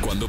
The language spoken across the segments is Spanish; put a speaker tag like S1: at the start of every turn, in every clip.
S1: Cuando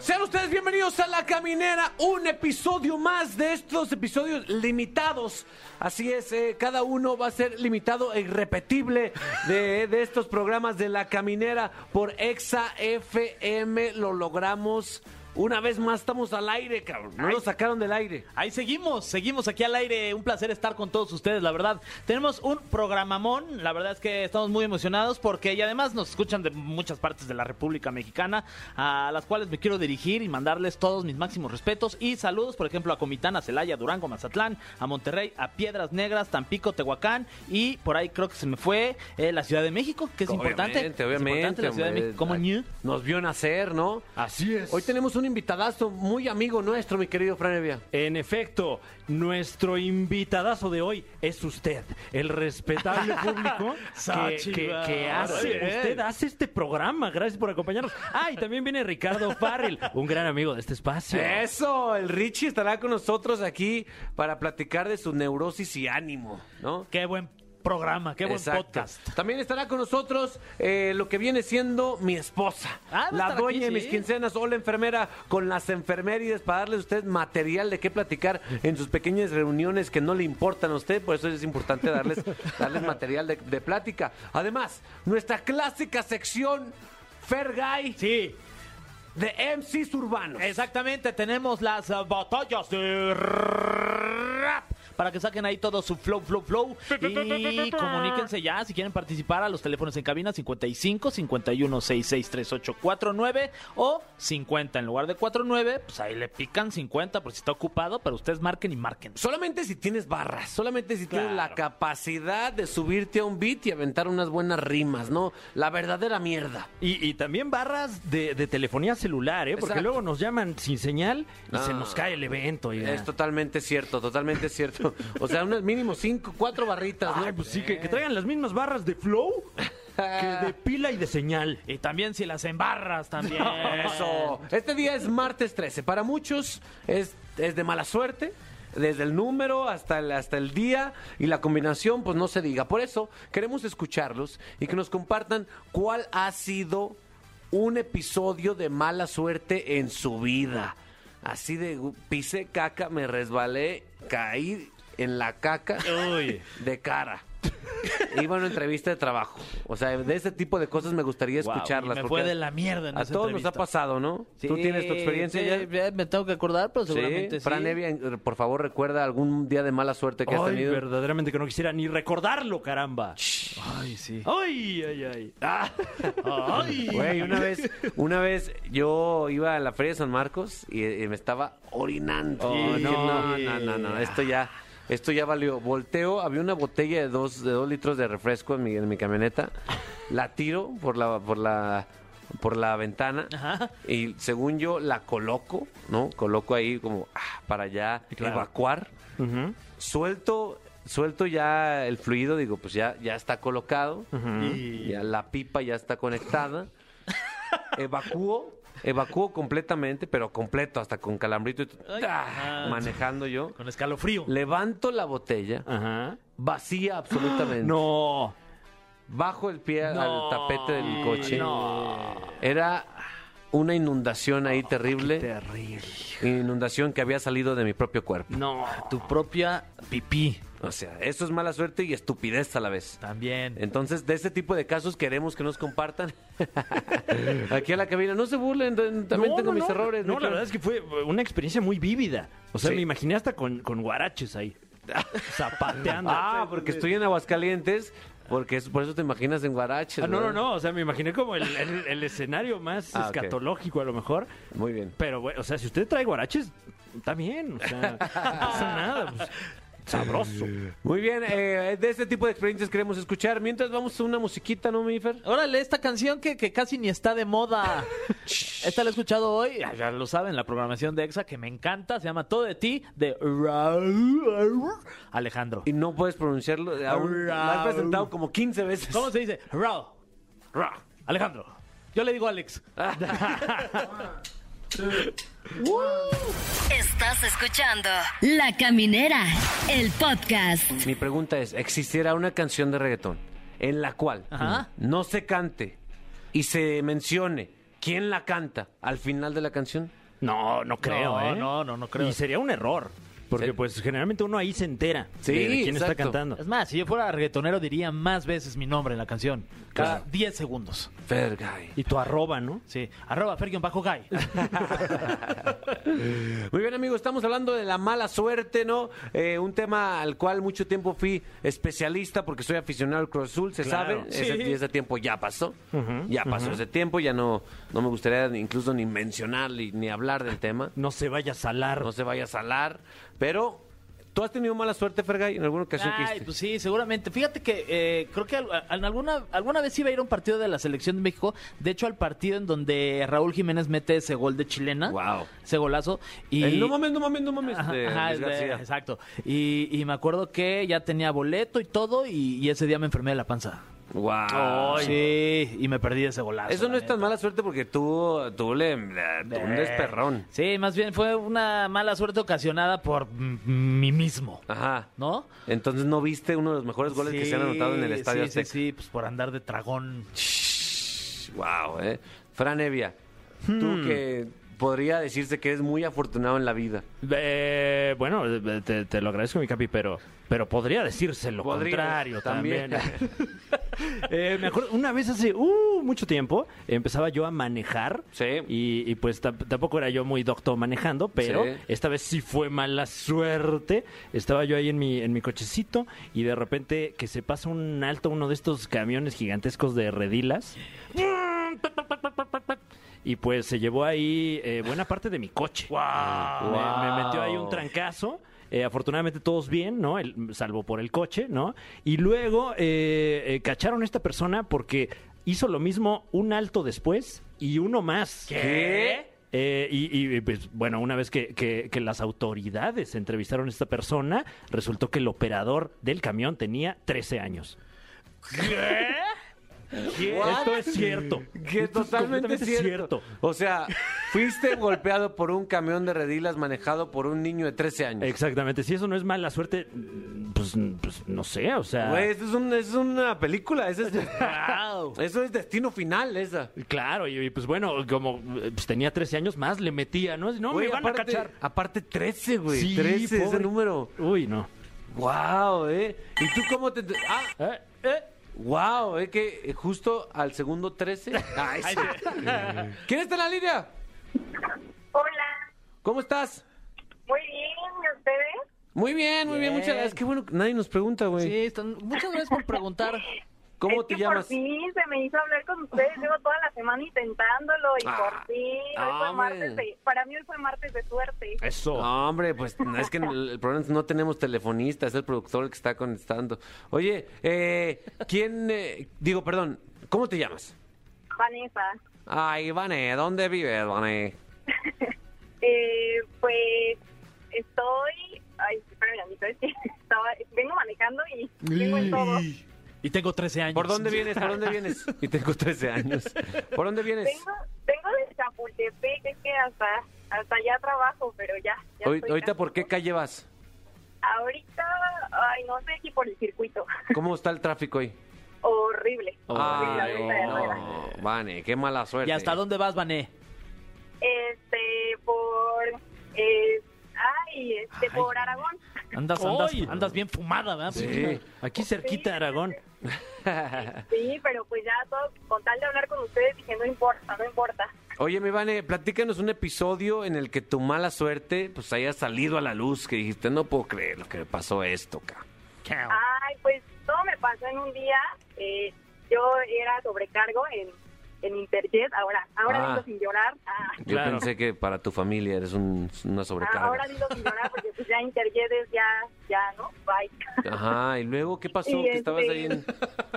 S2: Sean ustedes bienvenidos a La Caminera, un episodio más de estos episodios limitados. Así es, eh, cada uno va a ser limitado e irrepetible de, de estos programas de La Caminera por Exa FM. Lo logramos. Una vez más estamos al aire, cabrón. No lo sacaron del aire.
S3: Ahí seguimos, seguimos aquí al aire. Un placer estar con todos ustedes, la verdad. Tenemos un programamón, la verdad es que estamos muy emocionados porque y además nos escuchan de muchas partes de la República Mexicana, a las cuales me quiero dirigir y mandarles todos mis máximos respetos y saludos, por ejemplo, a Comitán, a Celaya, Durango, Mazatlán, a Monterrey, a Piedras Negras, Tampico, Tehuacán y por ahí creo que se me fue eh, la Ciudad de México, que es importante.
S2: Obviamente,
S3: Es
S2: obviamente.
S3: importante la Ciudad de
S2: hombre.
S3: México, como Ah. Ñu.
S2: Nos vio nacer, ¿no?
S4: Así es.
S2: Hoy tenemos un invitadazo muy amigo nuestro, mi querido Fran Evia.
S4: En efecto, nuestro invitadazo de hoy es usted, el respetable público que,
S3: Sachi,
S4: que-
S3: va.
S4: que hace,
S3: Bien.
S4: usted hace este programa. Gracias por acompañarnos. Ah, y también viene Ricardo Farrell, un gran amigo de este espacio.
S2: Eso, el Richie estará con nosotros aquí para platicar de su neurosis y ánimo, ¿no?
S3: Qué buen programa, qué buen
S2: Exacto.
S3: podcast.
S2: También estará con nosotros eh, lo que viene siendo mi esposa,
S3: Ah, va a
S2: la
S3: estar
S2: dueña
S3: aquí,
S2: de mis
S3: sí.
S2: quincenas o la enfermera con las enfermerides para darle a usted material de qué platicar en sus pequeñas reuniones que no le importan a usted, por eso es importante darles, darles material de, de plática. Además, nuestra clásica sección Fergay
S3: Sí,
S2: de MCs Urbanos.
S3: Exactamente, tenemos las eh, batallas de rap para que saquen ahí todo su flow, flow, flow. Y comuníquense ya si quieren participar a los teléfonos en cabina 55 51 66 38 49 o 50 en lugar de 49. Pues ahí le pican 50 por si está ocupado, pero ustedes marquen y marquen.
S2: Solamente si tienes barras, solamente si tienes la
S3: Claro.
S2: capacidad de subirte a un beat y aventar unas buenas rimas, ¿no? La verdadera mierda.
S4: Y, y también barras de, de telefonía celular, ¿eh? porque
S2: Exacto.
S4: luego nos llaman sin señal y
S2: Ah.
S4: se nos cae el evento. oiga.
S2: Es totalmente cierto, totalmente cierto. O sea, unas mínimo cinco, cuatro barritas, ¿no?
S4: Ay, pues sí, que, que traigan las mismas barras de flow que de pila y de señal.
S3: Y también si las embarras también.
S2: Eso. Este día es martes 13. Para muchos es, es de mala suerte. Desde el número hasta el, hasta el día y la combinación, pues no se diga. Por eso queremos escucharlos y que nos compartan cuál ha sido un episodio de mala suerte en su vida. Así de gu- pisé caca, me resbalé, caí en la caca
S4: Uy.
S2: de cara. Iba a una entrevista de trabajo. O sea, de ese tipo de cosas me gustaría
S3: Wow, y
S2: escucharlas.
S3: me
S2: porque
S3: fue de la mierda en
S2: A
S3: esa
S2: todos nos
S3: entrevista.
S2: ha pasado, ¿no? Tú tienes tu experiencia
S3: Sí,
S2: ya.
S3: ya Me tengo que acordar, pero
S2: Sí.
S3: seguramente sí.
S2: Fran Evia, eh, por favor, recuerda algún día de mala suerte que has
S4: Ay,
S2: tenido.
S4: verdaderamente que no quisiera ni recordarlo, caramba.
S3: Ay, sí.
S4: Ay, ay, ay. Ah.
S2: Güey, una vez, una vez yo iba a la feria de San Marcos y, y me estaba orinando.
S4: Oh,
S2: Dije, no,
S4: no.
S2: no, no, no, esto ya, esto ya valió. Volteo, había una botella de dos, de dos litros de refresco en mi, en mi camioneta. La tiro por la, por la, por la ventana
S3: Ajá.
S2: y según yo la coloco, ¿no? Coloco ahí como ah, para ya
S4: Claro.
S2: evacuar
S4: Ujú.
S2: suelto suelto ya el fluido digo pues ya ya está colocado ya la pipa ya está conectada evacuo evacuo completamente pero completo hasta con calambrito y t-
S3: Ay,
S2: ¡Ah!
S3: ah.
S2: manejando yo
S3: Con escalofrío.
S2: levanto la botella
S4: Ajá.
S2: vacía absolutamente
S4: No.
S2: bajo el pie al
S4: No.
S2: tapete del coche
S4: No.
S2: era una inundación ahí terrible
S4: Terrible.
S2: inundación que había salido de mi propio cuerpo
S4: No.
S3: Tu propia pipí
S2: o sea eso es mala suerte y estupidez a la vez
S3: también.
S2: Entonces, de este tipo de casos queremos que nos compartan aquí a la cabina. No se burlen, de- también
S4: No,
S2: tengo
S4: no,
S2: mis
S4: no.
S2: errores.
S4: No,
S2: mi
S4: la
S2: Fran.
S4: verdad es que fue una experiencia muy vívida. O sea,
S2: Sí.
S4: me imaginé hasta con, con guaraches ahí. Zapateando.
S2: Ah, porque estoy en Aguascalientes, porque es, por eso te imaginas en Guaraches.
S4: Ah, no, no,
S2: ¿verdad?
S4: no. O sea, me imaginé como el, el- el escenario más
S2: Ah, ok.
S4: escatológico a lo mejor.
S2: Muy bien.
S4: Pero, bueno, o sea, si usted trae guaraches, está bien. O sea, no pasa nada. pues, sabroso.
S2: Muy bien, eh, de este tipo de experiencias queremos escuchar. Mientras vamos a una musiquita, ¿no, Mifer?
S3: Órale, esta canción que, que casi ni está de moda. esta la he escuchado hoy, ya- ya lo saben, la programación de EXA que me encanta, se llama Todo de ti, de Raúl Alejandro.
S2: Y no puedes pronunciarlo. aún- Lo has presentado como 15 veces.
S3: ¿Cómo se dice? Raúl
S2: Ra.
S3: Alejandro. Yo le digo Alex.
S5: Estás escuchando La Caminera, el podcast.
S2: Mi pregunta es, ¿existiera una canción de reggaetón en la cual
S3: Ajá.
S2: no se cante y se mencione quién la canta al final de la canción?
S4: No, no creo,
S3: No,
S4: ¿eh?
S3: no, no, no creo.
S4: Y sería un error. Porque,
S2: Sí.
S4: pues, generalmente uno ahí se entera
S2: Sí,
S4: de, de quién está
S2: exacto.
S4: cantando.
S3: Es más, si yo fuera reggaetonero diría más veces mi nombre en la canción. Cada 10 segundos.
S2: Fergay.
S4: Y tu arroba, ¿no?
S3: Sí. Arroba Fergion bajo guy.
S2: Muy bien, amigos, estamos hablando de la mala suerte, ¿no? Eh, un tema al cual mucho tiempo fui especialista porque soy aficionado al Cruz Azul, se
S4: Claro.
S2: sabe. Ese,
S3: Sí.
S2: ese tiempo ya pasó. ya pasó ese tiempo, ya no, no me gustaría ni- incluso ni mencionar ni, ni hablar del tema.
S4: No se vaya a salar.
S2: No se vaya a salar. Pero, ¿tú has tenido mala suerte, Fergay, en alguna ocasión que
S3: Ay,
S2: hiciste?
S3: pues sí, seguramente. Fíjate que eh, creo que al- al- alguna, alguna vez iba a ir a un partido de la selección de México. De hecho, al partido en donde Raúl Jiménez mete ese gol de chilena.
S2: Wow.
S3: Ese golazo. Y...
S2: El Eh, no mames, no mames, no mames. este,
S3: Ajá,
S2: de
S3: ajá,
S2: Luis
S3: de-
S2: García.
S3: exacto. Y, y me acuerdo que ya tenía boleto y todo, y, y ese día me enfermé de la panza.
S2: Guau.
S3: sí, y me perdí ese golazo.
S2: Eso no
S3: la
S2: es tan
S3: neta.
S2: mala suerte porque tú, tú le, le- tú un
S3: Eh,
S2: desperrón.
S3: Sí, más bien fue una mala suerte ocasionada por m- mí mismo,
S2: Ajá.
S3: ¿no?
S2: Entonces no viste uno de los mejores goles que se han anotado en el
S3: Sí,
S2: Estadio
S3: sí,
S2: Azteca.
S3: Sí, sí, pues por andar de tragón.
S2: Wow, eh. Fran Evia,
S3: Hmm.
S2: tú que podría decirse que eres muy afortunado en la vida.
S4: Eh, bueno, eh, te, te lo agradezco, mi capi, pero, pero podría decirse lo
S2: Podría,
S4: contrario
S2: también.
S4: también. Eh, me acuerdo, una vez hace uh, mucho tiempo empezaba yo a manejar.
S2: Sí.
S4: Y, y, pues tam- tampoco era yo muy docto manejando, pero
S2: Sí.
S4: esta vez sí fue mala suerte. Estaba yo ahí en mi, en mi cochecito y de repente que se pasa un alto uno de estos camiones gigantescos de redilas. Y pues se llevó ahí eh, buena parte de mi coche. Eh, Me, me metió ahí un trancazo. Eh, afortunadamente todos bien, ¿no? El- salvo por el coche, ¿no? Y luego eh, eh, cacharon a esta persona porque hizo lo mismo un alto después y uno más.
S2: ¿Qué?
S4: Eh, y, y, pues, bueno, una vez que, que- que las autoridades entrevistaron a esta persona, resultó que el operador del camión tenía 13 años.
S2: ¿Qué?
S4: Esto es cierto.
S2: Que
S4: Esto es
S2: totalmente
S4: completamente
S2: cierto. O sea, fuiste golpeado por un camión de redilas manejado por un niño de 13 años.
S4: Exactamente. Si eso no es mala suerte, pues, pues, no sé, o sea.
S2: Güey, esto es, un- es una película. Eso es,
S3: Wow.
S2: eso es destino final, esa.
S4: Claro, y, y, pues bueno, como eh, pues, tenía 13 años más, le metía, ¿no? No,
S2: Güey,
S4: me van
S2: aparte,
S4: a cachar.
S2: Aparte 13, güey.
S4: Sí,
S2: 13 es
S4: pobre.
S2: el número.
S4: Uy, no.
S2: Wow, eh. ¿Y tú cómo te ah,
S4: Eh, eh.
S2: wow, eh que justo al segundo 13? Ay, sí. ¿Quién está en la línea?
S6: Hola,
S2: ¿Cómo estás?
S6: muy bien, ¿y ustedes?
S2: Muy bien, muy bien,
S3: Bien.
S2: muchas gracias. Qué bueno, que nadie nos pregunta, güey.
S3: Sí, están- muchas gracias por preguntar.
S2: ¿Cómo
S6: Es
S2: te
S6: que
S2: llamas?
S6: Por fin se me hizo hablar con ustedes, llevo toda la semana intentándolo y
S2: Ah, Eh.
S6: por fin, hoy
S2: hombre.
S6: fue martes de- para mí hoy fue martes de suerte.
S4: Eso.
S2: No, hombre, pues no, es que el el problema es que no tenemos telefonista, es el productor el que está conectando. Oye, eh, ¿quién? eh, digo, perdón, ¿cómo te llamas?
S6: Vanessa,
S2: Ay, Vane, ¿dónde vives, Vane?
S6: eh, pues estoy, ay, espérame, tantito, es que estaba, vengo manejando y vengo en todo.
S3: Y tengo 13 años.
S2: ¿Por dónde vienes? ¿Por dónde vienes? Y tengo 13 años. ¿Por dónde vienes?
S6: Vengo, vengo de Chapultepec, es que hasta, hasta allá trabajo, pero ya. ya
S2: Ahorita,
S6: estoy
S2: ahorita,
S6: casi.
S2: ¿por qué calle vas?
S6: Ahorita, ay, no sé si por el circuito,
S2: ¿Cómo está el tráfico ahí?
S6: horrible.
S3: Oh,
S2: Ay,
S6: horrible, ahorita de
S2: no,
S6: verdad.
S2: Vane, qué mala suerte.
S3: ¿Y hasta dónde vas, Vané?
S6: este por eh, ay este
S3: Ay.
S6: por Aragón
S3: Andas, andas,
S4: Ay.
S3: andas bien fumada, ¿verdad?
S2: Sí.
S4: Aquí cerquita, Aragón.
S6: sí pero pues ya todo con tal de hablar con ustedes dije no importa no importa
S2: Oye, mi Vane, platícanos un episodio en el que tu mala suerte pues haya salido a la luz, que dijiste, no puedo creer lo que me pasó esto, ca.
S6: ay pues todo me pasó en un día eh, yo era sobrecargo en en Interjet ahora ahora
S2: Ah.
S6: digo sin llorar Ah,
S2: Yo
S4: Claro.
S2: pensé que para tu familia eres un- una sobrecarga.
S6: ahora digo sin llorar porque pues ya Interjet es ya ya no bye
S2: Ajá, y luego, ¿qué pasó?
S6: Y
S2: que estabas
S6: este,
S2: ahí en...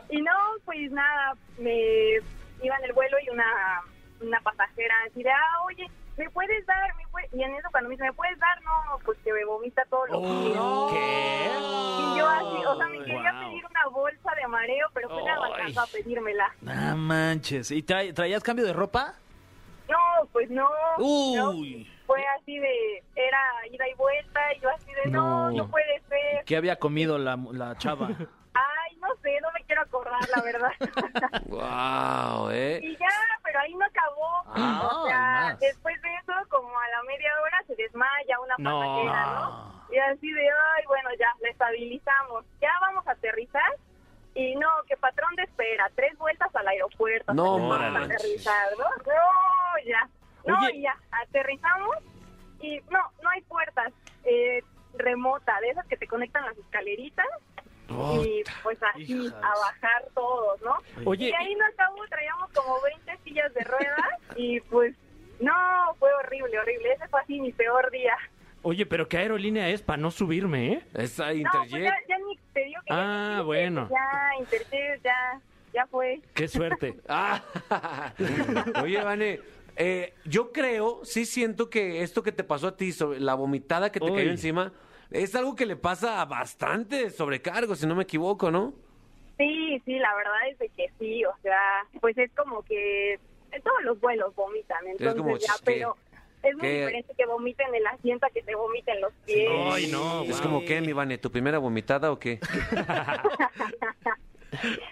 S6: Y no, pues nada, me iba en el vuelo y una, una pasajera así de, ah, oye, ¿me puedes dar? ¿Me puedes? Y en eso cuando me dice, ¿me puedes dar? No, pues que me vomita todo lo que tiene.
S2: ¿Qué?
S6: Y yo así, o sea, me quería
S4: Wow.
S6: pedir una bolsa de mareo, pero fue nada más
S3: Ay.
S6: alcanzó a pedírmela.
S3: No manches. ¿Y tra- traías cambio de ropa?
S6: No, pues no.
S3: Uy.
S6: no. Fue así de, era ida y vuelta, y yo así de, no,
S3: No.
S6: no, puede ser.
S3: ¿Qué había comido la, la chava?
S6: Ay, no sé, no me quiero acordar, la verdad.
S2: Wow, ¿eh?
S6: Y ya, pero ahí no acabó.
S3: Ah,
S6: o sea,
S3: más.
S6: después de eso, como a la media hora se desmaya una
S4: No.
S6: pasajera, ¿no? Y así de, ay, bueno, ya, la estabilizamos. Ya vamos a aterrizar. Y no, que patrón de espera, tres vueltas al aeropuerto. hasta
S2: No
S6: que vamos a
S2: manches.
S6: aterrizar, ¿no? No, ya. No,
S3: Oye.
S6: y ya, aterrizamos y no, no hay puertas. Eh, remota, de esas que te conectan las escaleritas y pues así
S3: Hijas.
S6: a bajar todos, ¿no?
S4: Oye,
S6: y ahí no acabó, traíamos como 20 sillas de ruedas y pues no, fue horrible, horrible. Ese fue así mi peor día.
S4: Oye, pero ¿qué aerolínea es para no subirme, eh?
S2: Esa
S6: No, pues
S2: Interjet.
S6: ya, ya ni te digo que ya
S4: Ah,
S6: ni-
S4: bueno.
S6: Ya, Interjet, ya, ya fue.
S4: Qué suerte.
S2: Ah, oye, Vane, eh, yo creo, sí siento que esto que te pasó a ti, sobre la vomitada que te
S4: Uy.
S2: cayó encima, es algo que le pasa a bastantes sobrecargos, si no me equivoco, ¿no?
S6: Sí, sí, la verdad es de que sí, o sea, pues es como que en todos los vuelos vomitan, entonces
S2: como,
S6: ya,
S2: "Ch, ¿qué?
S6: pero es muy
S2: ¿Qué?"
S6: diferente que vomiten el asiento a que te vomiten los pies.
S4: Ay, no,
S2: Es
S4: wow.
S2: como, ¿qué, mi Vane? ¿Tu primera vomitada o qué?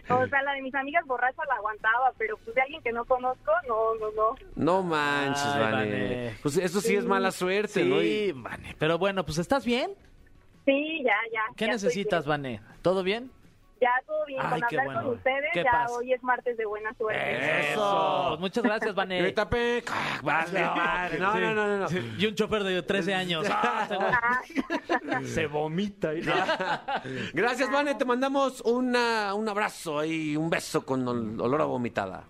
S6: O sea, la de mis amigas borrachas la aguantaba, pero pues de alguien que no conozco, no, no, no.
S2: No manches,
S3: Ay,
S2: Vane.
S3: Vane.
S2: Pues eso sí, es mala suerte, ¿no? Y-
S3: Sí, Vane. Pero bueno, pues ¿estás bien?
S6: Sí, ya, ya.
S3: ¿Qué
S6: ya estoy
S3: necesitas,
S6: bien.
S3: Vane? ¿Todo bien?
S6: Ya todo bien,
S3: Ay,
S6: con
S3: qué
S6: hablar
S3: bueno.
S6: con ustedes,
S3: ¿Qué
S6: ya
S3: pasa?
S6: hoy es martes de buena suerte.
S3: Pues muchas gracias, Vane.
S2: Grita, pe- Ah, vale, madre. No, no, no, no, no.
S3: Y un chofer de 13 años. Ah, este güey.
S6: Ah,
S4: Se vomita. y-
S2: Gracias, Vane. Te mandamos una, un abrazo y un beso con ol- olor a vomitada.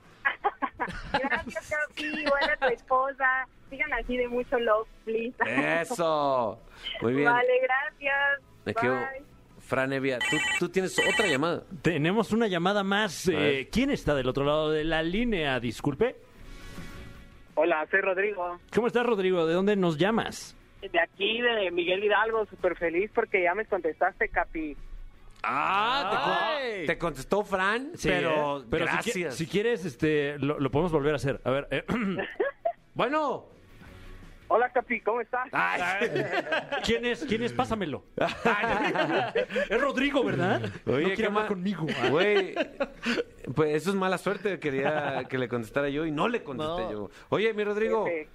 S6: gracias, Capi, igual a tu esposa. Sigan así de mucho love, please.
S3: Eh,
S2: Eso. Muy bien.
S6: Vale, gracias.
S2: Me
S6: Bye.
S2: quedo. Fran Evia, tú, tú tienes otra llamada.
S4: Tenemos una llamada más.
S2: A ver.
S4: Eh, ¿Quién está del otro lado de la línea? Disculpe.
S7: Hola, soy Rodrigo.
S4: ¿Cómo estás, Rodrigo? ¿De dónde nos llamas?
S7: De aquí, de Miguel Hidalgo, súper feliz porque ya me contestaste, Capi.
S2: Ah, te,
S3: Ay.
S2: con- te contestó Fran, pero,
S4: eh, pero si qui-
S2: gracias.
S4: Si, quieres, este, lo, lo podemos volver a hacer. A ver. eh,
S2: Bueno.
S7: Hola, Capi, ¿cómo estás?
S2: Ay.
S4: ¿Quién es? ¿Quién es? Pásamelo. es Rodrigo, ¿verdad? no quiere
S2: qué
S4: hablar
S2: ma-
S4: conmigo.
S2: Güey, pues eso es mala suerte. Quería que le contestara yo y no le contesté
S3: No.
S2: yo. Oye, mi Rodrigo,
S7: Jefe.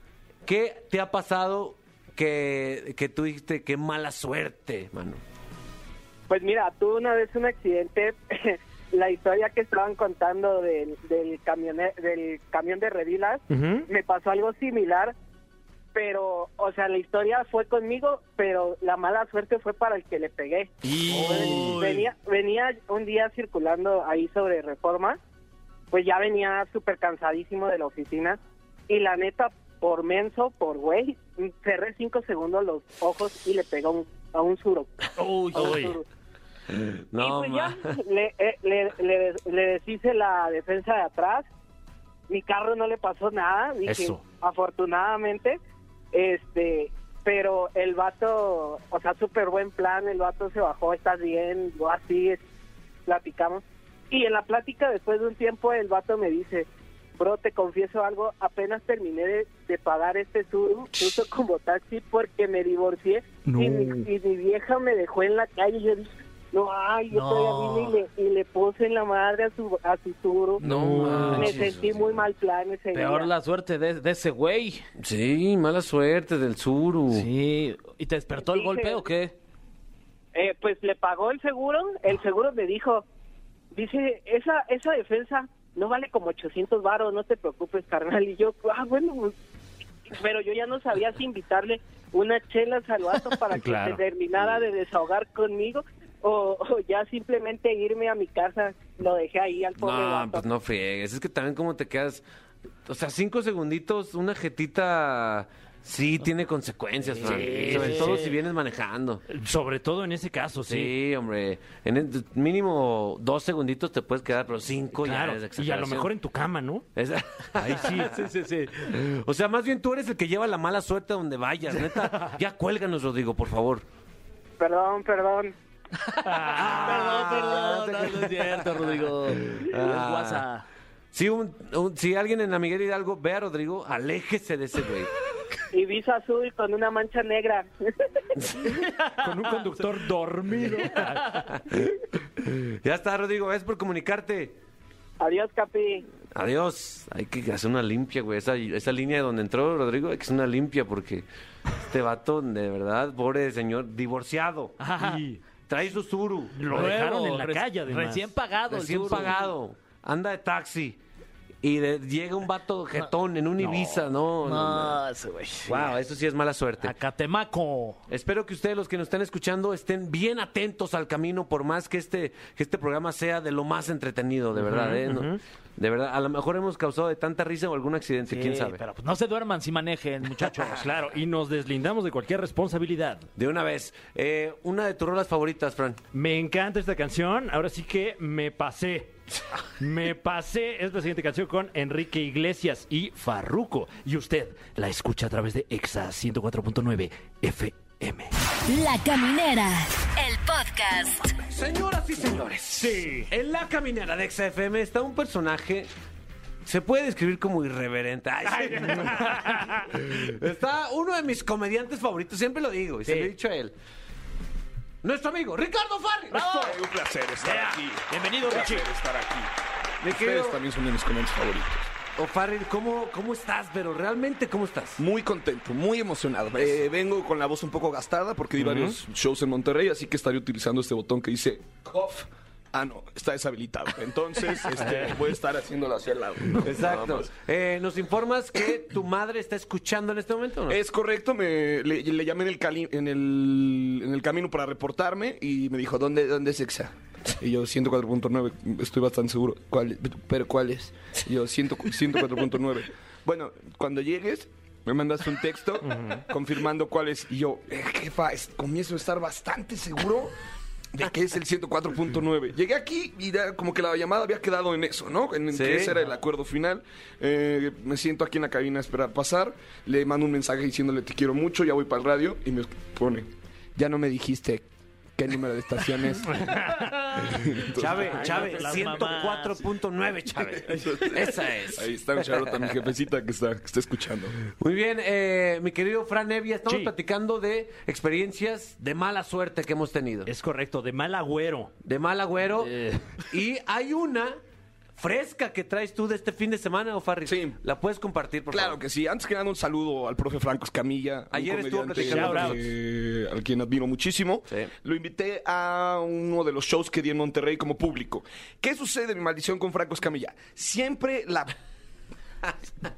S2: ¿qué te ha pasado que, que tú dijiste qué mala suerte, mano?
S7: Pues mira, tuve una vez un accidente. La historia que estaban contando del, del, camione- del camión de Revilas,
S4: Ujú.
S7: me pasó algo similar, pero, o sea, la historia fue conmigo, pero la mala suerte fue para el que le pegué.
S3: Uy.
S7: Venía, venía un día circulando ahí sobre Reforma, pues ya venía súper cansadísimo de la oficina y la neta, por menso, por güey, cerré cinco segundos los ojos y le pegó un- a un suro.
S3: Uy,
S7: a un
S3: uy.
S7: suro.
S2: No,
S7: Pues
S2: ma.
S7: ya le, eh, le, le, le deshice la defensa de atrás. Mi carro no le pasó nada. Dije,
S4: Eso.
S7: Afortunadamente. Este, pero el vato, o sea, súper buen plan. El vato se bajó, estás bien, yo así, es- platicamos. Y en la plática, después de un tiempo, el vato me dice, bro, te confieso algo, apenas terminé de, de pagar este suru, uso como taxi porque me divorcié y, mi, y mi vieja me dejó en la calle. Yo dije, no, ay, yo
S3: No.
S7: todavía vine y le, y le puse en la madre a su, a su suru.
S2: No
S7: me
S2: manches,
S7: sentí muy mal plan ese
S3: Peor
S7: día.
S3: la suerte de, de ese güey.
S2: Sí, mala suerte del suru.
S3: Sí. ¿Y te despertó el
S7: Dije-
S3: golpe o qué?
S7: Eh, pues le pagó el seguro, el seguro me dijo, dice, esa esa defensa no vale como 800 varos, no te preocupes, carnal. Y yo, ah, bueno, pues, pero yo ya no sabía si invitarle unas chelas al vato para que
S4: Claro.
S7: se terminara de desahogar conmigo o, o ya simplemente irme a mi casa. Lo dejé ahí al pobre
S2: No,
S7: vato.
S2: pues no friegues. Es que también como te quedas... O sea, cinco segunditos, una jetita Sí, tiene consecuencias, Fran.
S4: Sí,
S2: Sobre
S4: sí,
S2: todo
S4: sí.
S2: si vienes manejando.
S4: Sobre todo en ese caso,
S2: Sí,
S4: sí.
S2: hombre. En el- mínimo dos segunditos te puedes quedar, pero cinco
S4: claro.
S2: ya es
S4: y a lo mejor en tu cama, ¿no? Ahí sí.
S2: sí, sí. O sea, más bien tú eres el que lleva la mala suerte a donde vayas, neta. Ya cuélganos, Rodrigo, por favor.
S7: Perdón, perdón.
S3: perdón, perdón, no, no es cierto, Rodrigo.
S2: Ah.
S3: Es guasa.
S2: Si, un, un- si alguien en la Miguel Hidalgo ve a Rodrigo, aléjese de ese güey.
S7: Ibiza azul con una mancha negra.
S4: Con un conductor dormido.
S2: Ya está, Rodrigo, es por comunicarte.
S7: Adiós, Capi.
S2: Adiós. Hay que hacer una limpia, güey. Esa, esa línea donde entró Rodrigo hay que hacer una limpia porque este vato, de verdad, pobre señor, divorciado.
S4: Y
S2: Trae su suru.
S4: lo
S3: Luego,
S4: dejaron en la
S3: reci-
S4: calle, además.
S3: Recién pagado. el
S2: Recién
S3: sur.
S2: pagado. Anda de taxi. Y de- llega un vato jetón en un Ibiza, no. no,
S3: No, ese güey.
S2: no. Wow, eso sí es mala suerte.
S3: Acatemaco.
S2: Espero que ustedes, los que nos están escuchando, estén bien atentos al camino, por más que este, que este programa sea de lo más entretenido, de verdad. ¿eh? No- De verdad, a lo mejor hemos causado de tanta risa o algún accidente, quién
S3: Sí,
S2: sabe.
S3: Pero pues, no se duerman si manejen, muchachos.
S4: Claro, y nos deslindamos de cualquier responsabilidad.
S2: De una vez, eh, una de tus rolas favoritas, Fran.
S4: Me encanta esta canción. Ahora sí que me pasé. Me pasé. Es la siguiente canción con Enrique Iglesias y Farruco. Y usted la escucha a través de EXA 104.9 FM.
S5: La Caminera, el podcast.
S2: Señoras y señores.
S4: Sí.
S2: En la caminera de XFM está un personaje. Se puede describir como irreverente. Ay, sí. está uno de mis comediantes favoritos, siempre lo digo, y se lo he dicho a él. Nuestro amigo, Ricardo Farri.
S8: Fue un placer estar aquí.
S3: Bienvenido,
S8: Un
S3: Richie.
S8: placer estar aquí.
S2: Mi querido-
S8: Ustedes también son de mis comediantes favoritos.
S2: O Farri, ¿cómo, ¿cómo estás? Pero realmente, ¿cómo estás?
S8: Muy contento, muy emocionado. Eh, vengo con la voz un poco gastada porque di varios shows en Monterrey, así que estaré utilizando este botón que dice cough. Ah, no, está deshabilitado. Entonces, este, voy a estar haciéndolo hacia el lado. Nada
S2: Exacto.
S8: más.
S2: Eh, ¿Nos informas que tu madre está escuchando en este momento? o no?
S8: Es correcto, me, le, le llamé en el, cali- en, el, en el camino para reportarme y me dijo, ¿dónde, dónde es EXA? Y yo, 104.9, estoy bastante seguro. ¿Cuál, ¿Pero cuál es? Y yo, 100 104.9. Bueno, cuando llegues, me mandas un texto confirmando cuál es. Y yo, eh, jefa, es- comienzo a estar bastante seguro de que es el 104.9. Llegué aquí y ya como que la llamada había quedado en eso, ¿no? En, en
S2: Sí.
S8: que ese era el acuerdo final. Eh, me siento aquí en la cabina a esperar pasar. Le mando un mensaje diciéndole te quiero mucho, ya voy para el radio. Y me pone, ya no me dijiste qué número de estación es.
S2: Chávez, Chávez,
S3: las
S2: 104.9, Chávez. Esa es.
S8: Ahí está un charlotte a mi jefecita que está, que está escuchando.
S2: Muy bien, eh, mi querido Fran Evia, estamos
S4: Sí.
S2: platicando de experiencias de mala suerte que hemos tenido.
S4: Es correcto, de mal agüero.
S2: De mal agüero.
S4: Eh.
S2: Y hay una fresca que traes tú de este fin de semana, Ofarri.
S8: Sí.
S2: ¿La puedes compartir, por
S8: Claro
S2: favor?
S8: que sí. Antes que nada, un saludo al profe Franco Escamilla. un
S2: Ayer estuvo
S8: comediante
S2: platicando
S4: con
S8: que- Al quien admiro muchísimo.
S2: Sí.
S8: Lo invité a uno de los shows que di en Monterrey como público. ¿Qué sucede, mi maldición con Franco Escamilla? Siempre la...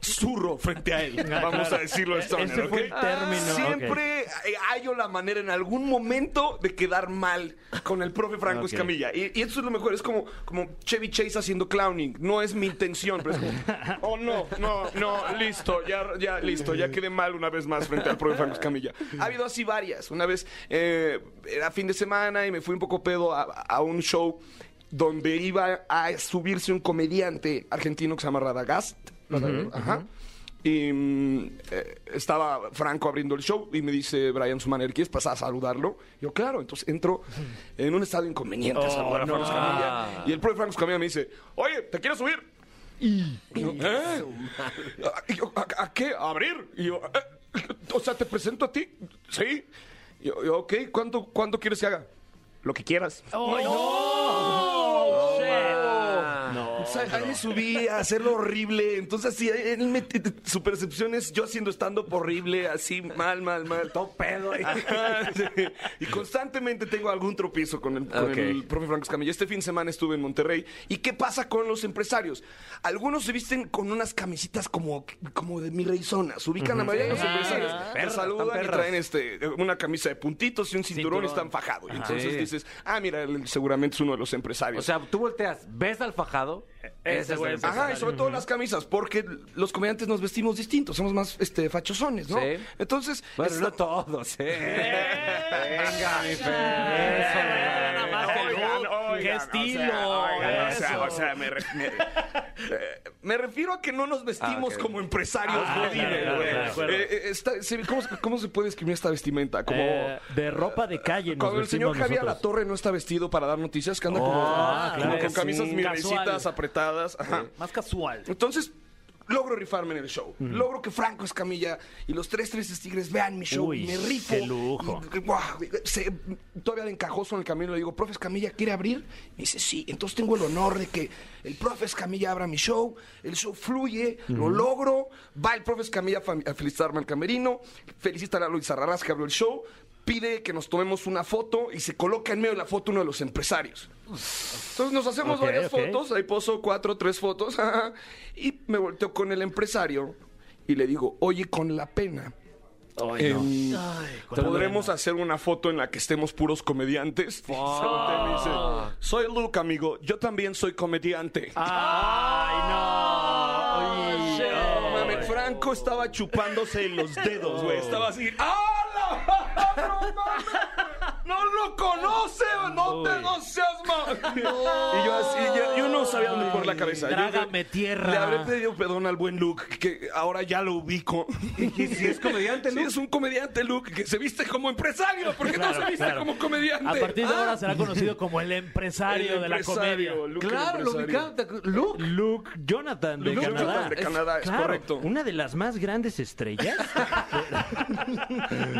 S8: Zurro frente a él.
S2: Ah,
S8: Vamos a decirlo de esta
S4: Ese
S8: manera,
S4: fue
S8: ¿ok?
S4: el término,
S8: Siempre eh, hallo la manera en algún momento de quedar mal con el profe Franco
S4: Ok.
S8: Escamilla. Y, y eso es lo mejor. Es como, como Chevy Chase haciendo clowning. No es mi intención, pero es como, oh no, no, no, listo, ya, ya, listo, ya quedé mal una vez más frente al profe Franco Escamilla. Ha habido así varias. Una vez eh, era fin de semana y me fui un poco pedo a, a un show donde iba a subirse un comediante argentino que se llama Radagast. Radagast, ajá. Y mm, eh, estaba Franco abriendo el show y me dice Brian Sumaner, ¿quieres pasar a saludarlo? Yo, claro, entonces entro en un estado inconveniente a saludar a Franco Escamilla. Y el profe Franco Escamilla me dice, oye, ¿te quieres subir? Y yo, ¿eh? Y yo, ¿A, a qué? ¿A abrir? Y yo, "Eh, o sea, ¿te presento a ti? Sí. Y yo, yo, ok, ¿cuánto, ¿cuánto quieres que haga? Lo que quieras. O sea, ahí me subí a hacerlo horrible. Entonces, sí, él me- su percepción es yo haciendo estando horrible, así, mal, mal, mal. Todo pedo. Y constantemente tengo algún tropiezo con el, con
S2: Ok.
S8: el profe Franco Escamilla. Este fin de semana estuve en Monterrey. ¿Y qué pasa con los empresarios? Algunos se visten con unas camisitas como, como de mi rey zonas. Ubican la mayoría de los empresarios. Te
S2: Ah, Perras,
S8: saludan
S2: están
S8: y
S2: perras.
S8: traen este, una camisa de puntitos y un cinturón, y están fajados. Y entonces
S2: Sí.
S8: dices, ah, mira, él seguramente es uno de los empresarios.
S2: O sea, tú volteas, ves al fajado Ese güey es el
S8: Ajá, y sobre todo las camisas, porque los comediantes nos vestimos distintos, somos más este, fachosones, ¿no?
S2: Sí.
S8: Entonces,
S2: Bueno,
S8: esta-
S2: no todos, ¿eh? Venga, mi Fer. Eso,
S3: Eh, nada
S2: güey.
S3: más que el
S8: Oigan,
S3: look, qué
S8: oigan, o sea,
S3: estilo,
S8: oigan, o sea,
S3: eso.
S8: o sea, me, re- me- eh, me refiero a que no nos vestimos
S2: Ah, ok.
S8: como empresarios godines,
S4: claro,
S8: güey.
S4: claro, de acuerdo.
S8: Eh, eh, está- se- ¿cómo, se- cómo se puede describir esta vestimenta? Como...
S4: Eh, de ropa de calle. Nos
S8: Cuando el señor
S4: vestimos
S8: Javier
S4: nosotros.
S8: Latorre no está vestido para dar noticias, que anda como,
S4: ah,
S8: como
S4: claro,
S8: con
S4: sí,
S8: camisas
S3: casual.
S8: mirecitas apretadas. Ajá.
S3: Más casual.
S8: Entonces, logro rifarme en el show. Logro que Franco Escamilla y los tres Tristes Tigres vean mi show.
S4: Uy,
S8: y me rifo.
S4: qué lujo.
S8: Y, guau, se- todavía de encajoso en el camino le digo, profe Escamilla, ¿quiere abrir? Me dice, sí. Entonces tengo el honor de que el profe Escamilla abra mi show. El show fluye, lo logro. Va el profe Escamilla a fam- a felicitarme al camerino. Felicitan a Luis Arraraz que abrió el show. Pide que nos tomemos una foto y se coloca en medio de la foto uno de los empresarios. Entonces nos hacemos
S4: Ok,
S8: varias
S4: ok.
S8: fotos, ahí poso cuatro, tres fotos, ajá, y me volteo con el empresario y le digo, oye, con la pena.
S4: Ay, no.
S8: em, ¿Podremos hacer una foto en la que estemos puros comediantes? Y me dice, soy Luke, amigo, yo también soy comediante.
S4: Ay, no. Oye,
S8: No mames, Franco estaba chupándose los dedos, güey. Estaba así. ¡Ah, la- no mames! ¡No lo conoce! ¡No te no seas ma-". Y yo así, yo, yo no sabía dónde poner la cabeza. Yo-
S3: Trágame
S8: yo-
S3: tierra.
S8: Le habré pedido perdón al buen Luke, que ahora ya lo ubico.
S2: ¿Y si es comediante,
S8: Sí,
S2: Luke?
S8: es un comediante, Luke, que se viste como empresario, porque no se viste como comediante.
S3: A partir de
S8: Ah,
S3: ahora será conocido como el empresario,
S8: el
S3: de la
S8: empresario,
S3: comedia.
S8: Luke, el
S2: Claro, lo
S8: empresario.
S2: ubicaba. Luke.
S4: Luke Jonathan de
S8: Luke
S4: Canadá.
S8: Jonathan de Canadá, es
S4: claro,
S8: correcto.
S4: Una de las más grandes estrellas.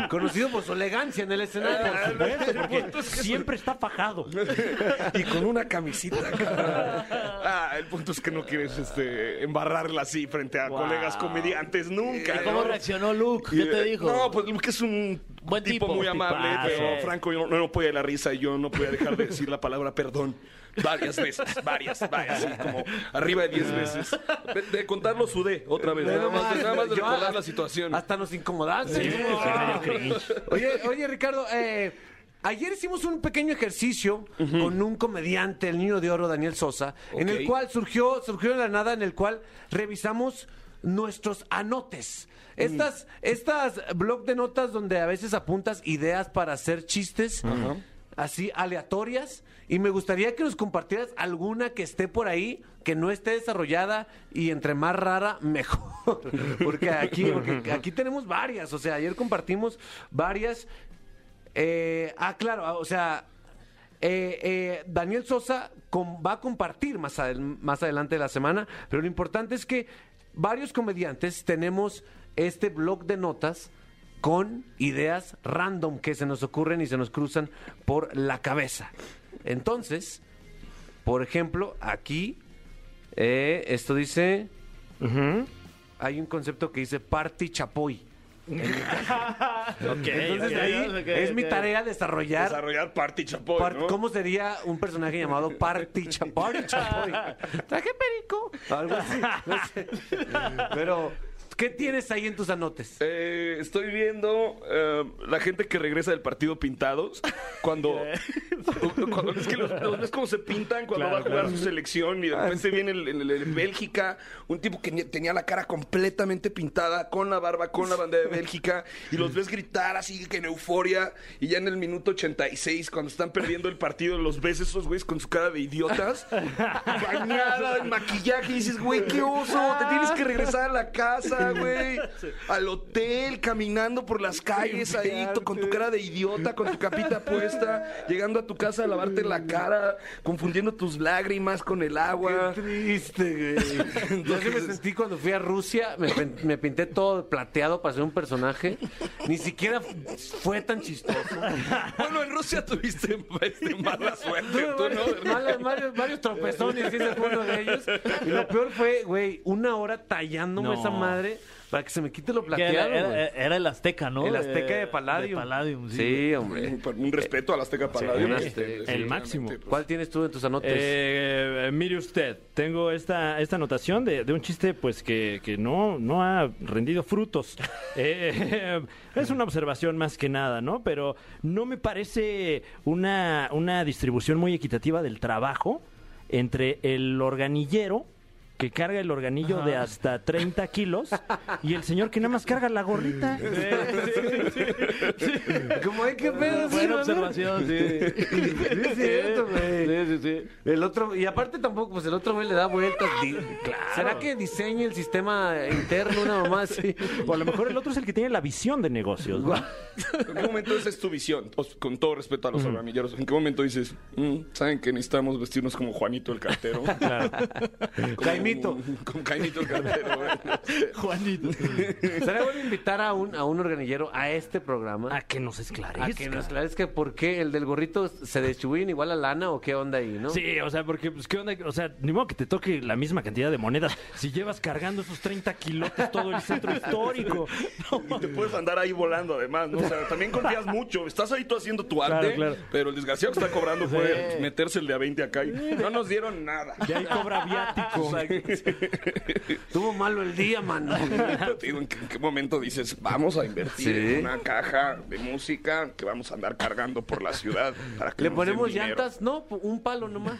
S2: Conocido por su elegancia en el escenario.
S4: Por supuesto, porque siempre está fajado.
S8: y con una camisita. cabrón. Ah, el punto es que no quieres este, embarrarla así frente a colegas comediantes nunca.
S3: ¿Y cómo
S8: ¿no?
S3: reaccionó Luke?
S8: Y,
S3: ¿Qué te
S8: eh,
S3: dijo?
S8: No, pues Luke es un
S3: Buen
S8: tipo,
S3: tipo.
S8: muy amable,
S4: Tipazo.
S8: pero Franco yo no, no podía la risa y yo no podía dejar de decir la palabra perdón. Varias veces, varias, varias, así como arriba de 10 veces. De, de contarlo sudé otra vez, nada más, nada más
S2: Yo
S8: de recordar
S2: hasta-
S8: la situación.
S2: Hasta nos incomodaste.
S4: Sí,
S2: ¿no?
S4: sí, medio cringe.
S2: Oye, oye, Ricardo, eh, ayer hicimos un pequeño ejercicio con un comediante, el niño de oro, Daniel Sosa, en
S8: Ok.
S2: el cual surgió, surgió de la nada, en el cual revisamos nuestros anotes.
S8: Mm.
S2: Estas, estas blog de notas donde a veces apuntas ideas para hacer chistes. Así aleatorias, y me gustaría que nos compartieras alguna que esté por ahí, que no esté desarrollada, y entre más rara, mejor. Porque aquí, porque aquí tenemos varias. O sea, ayer compartimos varias eh, ah, claro, ah, o sea, eh, eh, Daniel Sosa com- va a compartir más, adel- más adelante de la semana, pero lo importante es que varios comediantes tenemos este blog de notas con ideas random que se nos ocurren y se nos cruzan por la cabeza. Entonces, por ejemplo, aquí, eh, esto dice, hay un concepto que dice party chapoy. Entonces
S3: ok,
S2: ahí
S3: ok,
S2: es mi
S3: ok.
S2: tarea desarrollar
S8: Desarrollar Party Chapoy,
S2: Par-
S8: ¿no?
S2: ¿Cómo sería un personaje llamado Party Chapoy? Party Chapoy. Traje perico. Algo así. no sé. Pero, ¿qué tienes ahí en tus anotes?
S8: Eh, estoy viendo eh, la gente que regresa del partido pintados cuando, cuando- es que los, los ves cómo se pintan cuando va a jugar su selección y de repente viene el, el- el- el Bélgica un tipo que ni- tenía la cara completamente pintada con la barba con la bandera de Bélgica y los ves gritar así que en euforia y ya en el minuto 86 cuando están perdiendo el partido los ves esos güeyes con su cara de idiotas bañada en maquillaje y dices güey qué oso te tienes que regresar a la casa güey al hotel, caminando por las calles ahí, to- con tu cara de idiota, con tu capita puesta, llegando a tu casa a lavarte la cara, confundiendo tus lágrimas con el agua.
S2: Triste, güey. Yo sí me sentí cuando fui a Rusia, me, pen- me pinté todo plateado para ser un personaje. Ni siquiera f- fue tan chistoso.
S8: Bueno, en Rusia tuviste este, mala suerte,
S2: Tuve
S8: tú
S2: varios,
S8: no.
S2: malas- varios- varios tropezones, y ese fue uno de ellos. Y lo peor fue, güey, una hora tallándome
S4: No.
S2: esa madre para que se me quite lo
S3: Que Era,
S2: plateado,
S3: era-
S2: güey.
S3: era el Azteca, ¿no?
S2: El Azteca
S3: Eh,
S2: de Palladium.
S3: Palladium, sí.
S2: Sí, hombre.
S8: Un, un respeto a las Azteca Palladium.
S2: Sí,
S8: este,
S2: el
S8: definitivamente,
S4: máximo.
S8: pues.
S2: ¿Cuál tienes tú en tus anotes?
S4: Eh, eh, mire usted, tengo esta, esta anotación de, de un chiste pues que, que no, no ha rendido frutos. Eh, es una observación más que nada, ¿no? Pero no me parece una, una distribución muy equitativa del trabajo entre el organillero que carga el organillo de hasta 30 kilos y el señor que nada más carga la gorrita.
S2: Como hay que pedo, sí,
S3: Buena
S2: mami?
S3: observación, sí.
S2: Sí, es cierto, güey.
S3: Sí, sí, sí.
S2: El otro, y aparte tampoco, pues el otro güey le da vueltas. di- ¿Será que diseña el sistema interno una mamá así?
S4: O a lo mejor el otro es el que tiene la visión de negocios. ¿no?
S8: ¿En qué momento esa es tu visión? O s- con todo respeto a los organilleros, ¿en qué momento dices, "Mm, ¿saben que necesitamos vestirnos como Juanito el cartero? Como-
S2: Caimito.
S8: Como Caimito el cartero. ¿eh? güey.
S3: Juanito.
S2: Sería bueno invitar a un, a un organillero a este programa.
S4: A que nos esclarezca.
S2: A que nos que por qué el del gorrito se distribuyen igual a lana o qué onda ahí, ¿no?
S4: Sí, o sea, porque, pues, ¿qué onda? O sea, ni modo que te toque la misma cantidad de monedas. Si llevas cargando esos 30 kilotes todo el centro histórico.
S8: Y te puedes andar ahí volando además, ¿no? O sea, también confías mucho. Estás ahí tú haciendo tu arte,
S4: Claro, claro.
S8: pero el desgraciado que está cobrando puede meterse el de a 20 acá y no nos dieron nada.
S4: De ahí cobra viático.
S2: Tuvo malo el día, mano.
S8: Pero te digo, ¿en qué, en qué momento dices, vamos a invertir
S2: Sí.
S8: en una caja de música que vamos a andar cargando por la ciudad para que
S2: ¿Le
S8: nos den
S2: ponemos
S8: dinero?
S2: llantas? No, pu- un palo nomás.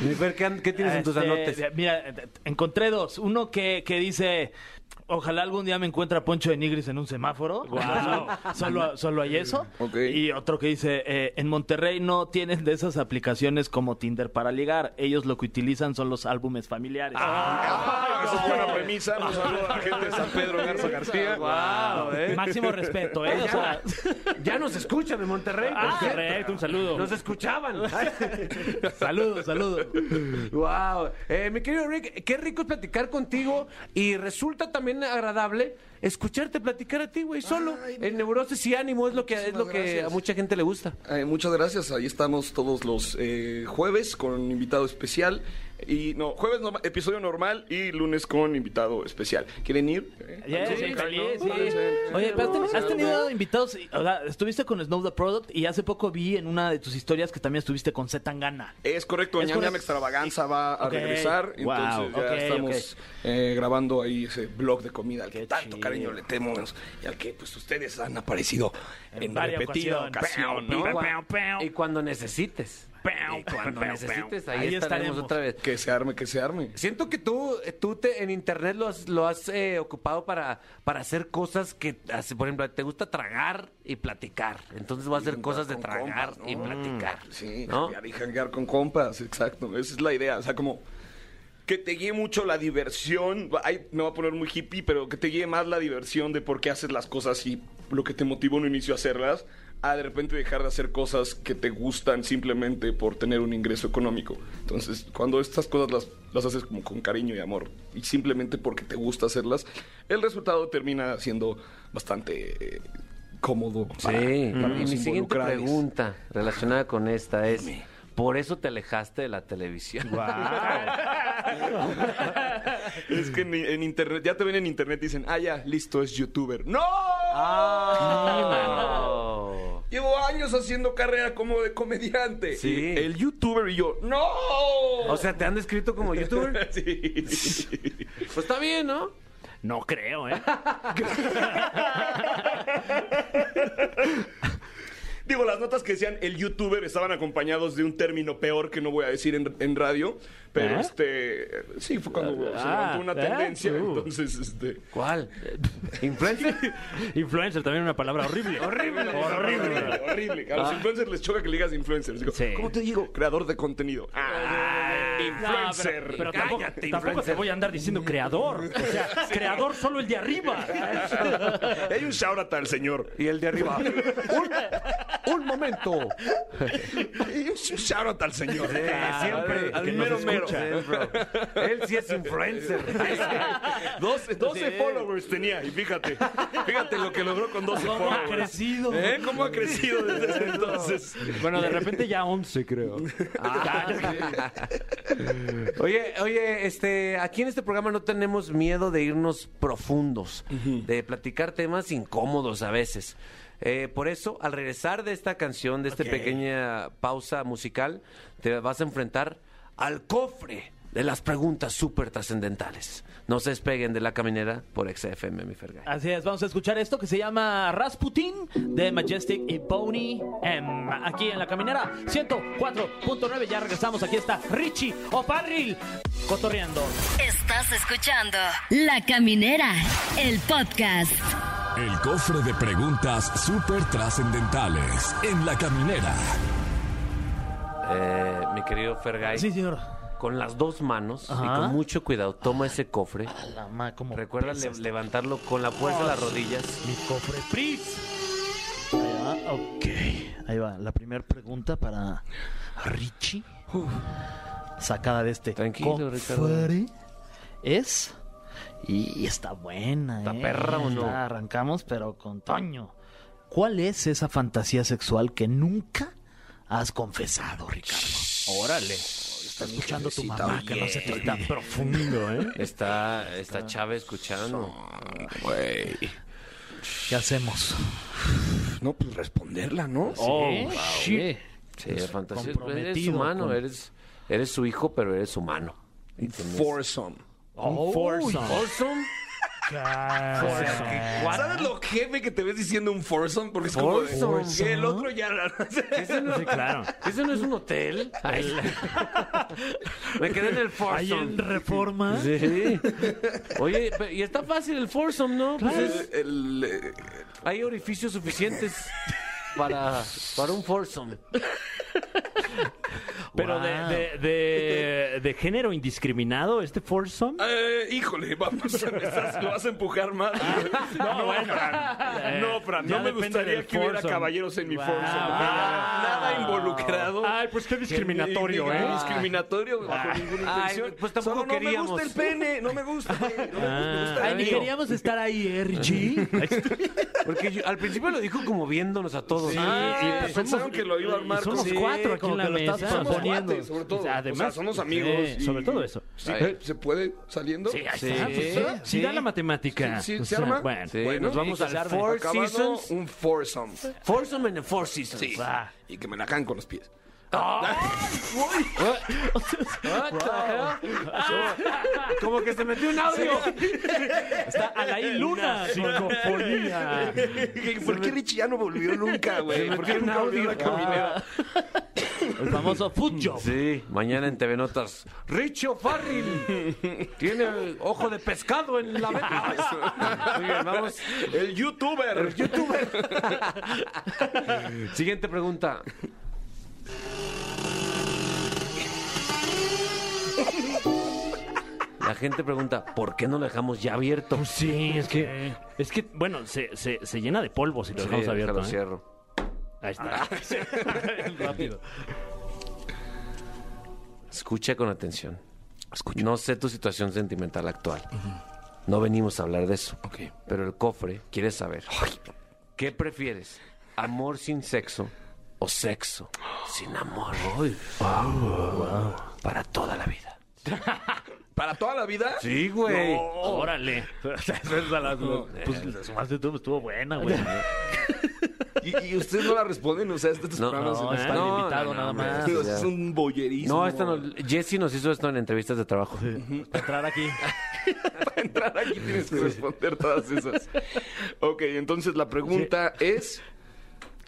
S2: Mi Fer, ¿qué, an- qué tienes en tus
S3: Este,
S2: anotes?
S3: Mira, eh, encontré dos. Uno que, que dice, ojalá algún día me encuentre a Poncho de Nigris en un semáforo. solo, solo hay eso.
S8: Ok.
S3: Y otro que dice, eh, en Monterrey no tienen de esas aplicaciones como Tinder para ligar. Ellos lo que utilizan son los álbumes familiares.
S8: Ah, esa es buena premisa. Un saludo a la gente de San Pedro Garza García.
S4: Ah.
S2: Guau, eh.
S3: Máximo respeto, ¿eh? O sea,
S2: Ya nos escuchan de Monterrey. por
S4: Ah,
S2: cierto.
S4: correcto, un saludo.
S2: Nos escuchaban.
S3: saludos, saludos.
S2: wow. Eh, mi querido Rick, qué rico es platicar contigo y resulta también agradable escucharte platicar a ti, güey, solo. en neurosis y ánimo es lo que es lo que
S8: gracias.
S2: a mucha gente le gusta.
S8: Eh, muchas gracias. Ahí estamos todos los eh, jueves con un invitado especial. Y no, jueves norma- episodio normal y lunes con invitado especial. ¿Quieren ir? Eh,
S3: Yeah,
S8: ¿alguien?
S3: sí,
S8: ¿No?
S3: feliz,
S8: ¿No?
S3: sí. Oye, pero has tenido- has
S8: Sí.
S3: tenido invitados, o sea, estuviste con Snow the Product y hace poco vi en una de tus historias que también estuviste con Zetangana.
S8: Es correcto,
S3: Es
S8: Ñam Ñam
S3: correcto.
S8: Extravaganza va a
S3: Ok.
S8: regresar.
S3: Wow.
S8: Entonces ya
S3: Ok,
S8: estamos eh, grabando ahí ese blog de comida al que
S3: Qué
S8: tanto
S3: chido.
S8: cariño le tenemos y al que pues ustedes han aparecido en,
S3: varias
S8: repetida ocasión.
S3: ocasiones.
S8: ¿no?
S2: Y, cua- y cuando necesites. Y cuando necesites, ahí,
S3: Ahí
S2: estaremos,
S3: estaremos.
S2: otra vez.
S8: Que se arme, que se arme.
S2: Siento que tú, eh, tú te, en internet lo has, lo has eh, ocupado para, para hacer cosas que, así, por ejemplo, te gusta tragar y platicar. Entonces voy a hacer
S8: Janguear
S2: cosas de
S8: Mm, con
S2: tragar
S8: compas,
S2: y
S8: ¿no? Mm,
S2: platicar.
S8: Sí,
S2: ¿no?
S8: janguear y janguear con compas, exacto. Esa es la idea. O sea, como que te guíe mucho la diversión. Ay, me va a poner muy hippie, pero que te guíe más la diversión de por qué haces las cosas y lo que te motivó en un inicio a hacerlas, a de repente dejar de hacer cosas que te gustan simplemente por tener un ingreso económico. Entonces, cuando estas cosas las, las haces como con cariño y amor y simplemente porque te gusta hacerlas, el resultado termina siendo bastante... eh, cómodo.
S2: Sí.
S8: para- para
S2: Y
S8: los
S2: mi siguiente
S8: involucrados.
S2: pregunta relacionada con esta es: ¿por eso te alejaste de la televisión?
S8: Es que en, en internet, ya te ven en internet y dicen, ah, ya, listo, es youtuber. ¡No!
S2: Ah.
S8: Llevo años haciendo carrera como de comediante.
S2: Sí.
S8: Y El youtuber y yo, ¡no!
S4: ¿Ah,
S2: O sea, ¿te han descrito como youtuber?
S8: Sí.
S2: Pues está bien, ¿no?
S4: No creo, ¿eh?
S8: Digo, las notas que decían el youtuber estaban acompañados de un término peor que no voy a decir en, en radio, pero
S4: ¿Eh?
S8: este. Sí, fue cuando se
S4: Ah,
S8: levantó una
S4: ¿eh?
S8: tendencia.
S4: Uh.
S8: Entonces, este.
S2: ¿Cuál? ¿Influencer?
S4: Influencer también una palabra horrible.
S8: Horrible, horrible, horrible. A los influencers les choca que le digas influencers. Digo,
S4: Ah. Sí.
S8: ¿Cómo te digo? Creador de contenido. Ah, influencer.
S4: No, pero pero tampoco,
S2: Cállate,
S4: tampoco te
S2: influencer.
S4: voy a andar diciendo creador. O sea, creador solo el de arriba. Ah.
S8: Hay un shout out al señor.
S2: Y el de arriba. un, un momento.
S8: Hay un shout out al señor. Ah,
S2: Sí, siempre.
S8: Al, al
S2: que nos
S8: Eh, mero mero.
S2: escucha. Él sí es influencer.
S8: 12, 12 followers tenía y fíjate, fíjate lo que logró con 12
S3: ¿Cómo ha
S8: followers.
S3: crecido?
S8: ¿Eh? ¿Cómo ha crecido desde ese entonces?
S4: Bueno, de repente ya 11, creo.
S2: Oye, oye, este, aquí en este programa no tenemos miedo de irnos profundos, de platicar temas incómodos a veces. Eh, por eso, al regresar de este esta canción, de esta pequeña pausa musical, te vas a enfrentar al cofre de las preguntas súper trascendentales. No se despeguen de la caminera por XFM, mi Fergay.
S3: Así es, vamos a escuchar esto que se llama Rasputin de Majestic y Pony M. Aquí en la caminera 104.9. Ya regresamos. Aquí está Richie O'Farrill cotorreando.
S5: Estás escuchando La Caminera, el podcast.
S1: El cofre de preguntas súper trascendentales en la caminera.
S2: Eh, mi querido Fergay,
S3: Sí, señor.
S2: con las dos manos y
S3: Ajá.
S2: con mucho cuidado, toma ese cofre.
S3: La ma, como
S2: Recuerda
S3: pesa
S2: le-
S3: este-
S2: levantarlo con la fuerza de las rodillas.
S3: Mi cofre Pris. Ahí va, ok. Ahí va, la primera pregunta para Richie. Sacada de este
S2: Tranquilo, Ricardo.
S3: cofre Es. Y está buena,
S2: ¿Está
S3: ¿eh?
S2: perra o no?
S3: Está, arrancamos, pero con Toño. ¿Cuál es esa fantasía sexual que nunca has confesado, Ricardo? Órale. Está escuchando tu mamá, que no se te está
S4: Profundo, ¿eh?
S2: Está, está Chávez escuchando.
S8: Güey.
S3: ¿Qué hacemos?
S8: No, pues responderla, ¿no?
S4: Oh,
S3: ¿Eh?
S4: shit.
S2: Sí, fantasía. Eres
S3: comprometido
S2: humano,
S3: con-
S2: eres, eres su hijo, pero eres humano. Y tenés-
S8: Foursome.
S4: Un foursome.
S2: Awesome.
S8: ¿Sabes lo jefe que te ves diciendo un foursome? Porque es como de,
S2: Foursome.
S8: "Y el otro ya...
S2: Ese no,
S4: Sí, claro.
S2: ese no es un hotel. Me quedé en el
S4: Ahí en
S2: foursome.
S4: Reforma.
S2: Sí. Oye, pe- y está fácil el foursome, ¿no? Pues es-
S8: El, eh,
S2: hay orificios suficientes para, para un foursome.
S4: Pero de,
S3: Wow.
S4: de, de, de género indiscriminado, este foursome.
S8: eh, híjole, vamos, me estás- lo vas a empujar más. No,
S4: Ah, bueno.
S8: Fran, no, Fran,
S4: Ya
S8: no me
S4: depende
S8: gustaría
S4: del
S8: que hubiera
S4: foursome.
S8: caballeros en mi
S4: Wow.
S8: foursome. Nada, nada involucrado.
S4: Ay, pues qué discriminatorio,
S8: Ni- ni-
S4: ¿eh?
S8: ni Discriminatorio bajo ninguna
S2: ah. Ay,
S8: intención.
S2: pues tampoco
S8: Solo no
S2: queríamos. Ah.
S8: me gusta el pene, no me gusta. no me gusta, me gusta el
S3: Ay, ni
S8: mío.
S3: queríamos estar ahí, ¿eh, Richie?
S4: pues,
S2: Porque yo- al principio lo dijo como viéndonos a todos.
S8: Ah,
S4: Y- y
S8: pues pensaron
S4: somos-
S8: que lo iba a armar
S4: y somos
S8: con- Sí,
S4: cuatro aquí
S3: como
S4: en la
S3: que lo estás
S4: mesa.
S8: Somos
S3: proponiendo.
S8: cuates, sobre todo.
S4: O sea, además,
S8: o sea, somos amigos.
S4: sí,
S8: y-
S4: sobre todo eso.
S8: Sí,
S2: Ay.
S8: eh, ¿Se puede saliendo? Sí,
S4: Sí, pues, sí da la matemática.
S8: Sí,
S4: O
S2: Pues
S8: ¿Se
S4: sea,
S8: arma?
S4: Bueno.
S2: Sí. nos vamos
S8: a
S2: al Four Seasons.
S8: Un foursome.
S2: Foursome en el Four Seasons.
S8: Sí.
S2: Ah.
S8: Y que me la caen con los pies.
S2: What the hell? Como que se metió un audio.
S3: Está Alain Luna.
S4: Psicofonía.
S8: ¿Por qué Richie ya no volvió nunca, güey? ¿Por qué nunca volvió a la caminera?
S3: El famoso food job.
S2: Sí, mañana en TV Notas. Richo Farril tiene ojo de pescado en la venta. Muy bien, vamos.
S8: El youtuber. El youtuber.
S2: Siguiente pregunta. La gente pregunta, ¿por qué no lo dejamos ya abierto?
S4: Pues sí, es que, es que bueno, se, se, se llena de polvo si lo dejamos
S2: Sí,
S4: abierto.
S2: déjalo,
S4: ¿eh?
S2: cierro.
S4: Ahí está.
S3: Rápido.
S2: Escucha con atención. No sé tu situación sentimental actual. No venimos a hablar de eso. Pero el cofre quiere saber. ¿Qué prefieres? ¿Amor sin sexo o sexo sin amor? Para toda la vida.
S8: ¿Para toda la vida?
S2: Sí, güey.
S4: Órale.
S3: Pues más de todo estuvo buena, güey.
S8: Y, y ustedes no la responden, o sea, este estos
S2: No,
S8: programas
S3: No,
S8: en
S3: es para
S2: No,
S3: el invitado
S2: no, no,
S3: nada
S2: hombre.
S3: más.
S8: español, es un boyerismo.
S2: No, esta no. Jesse nos hizo esto en entrevistas de trabajo.
S3: Para entrar aquí.
S8: Para entrar aquí tienes que responder todas esas. Ok, entonces la pregunta es...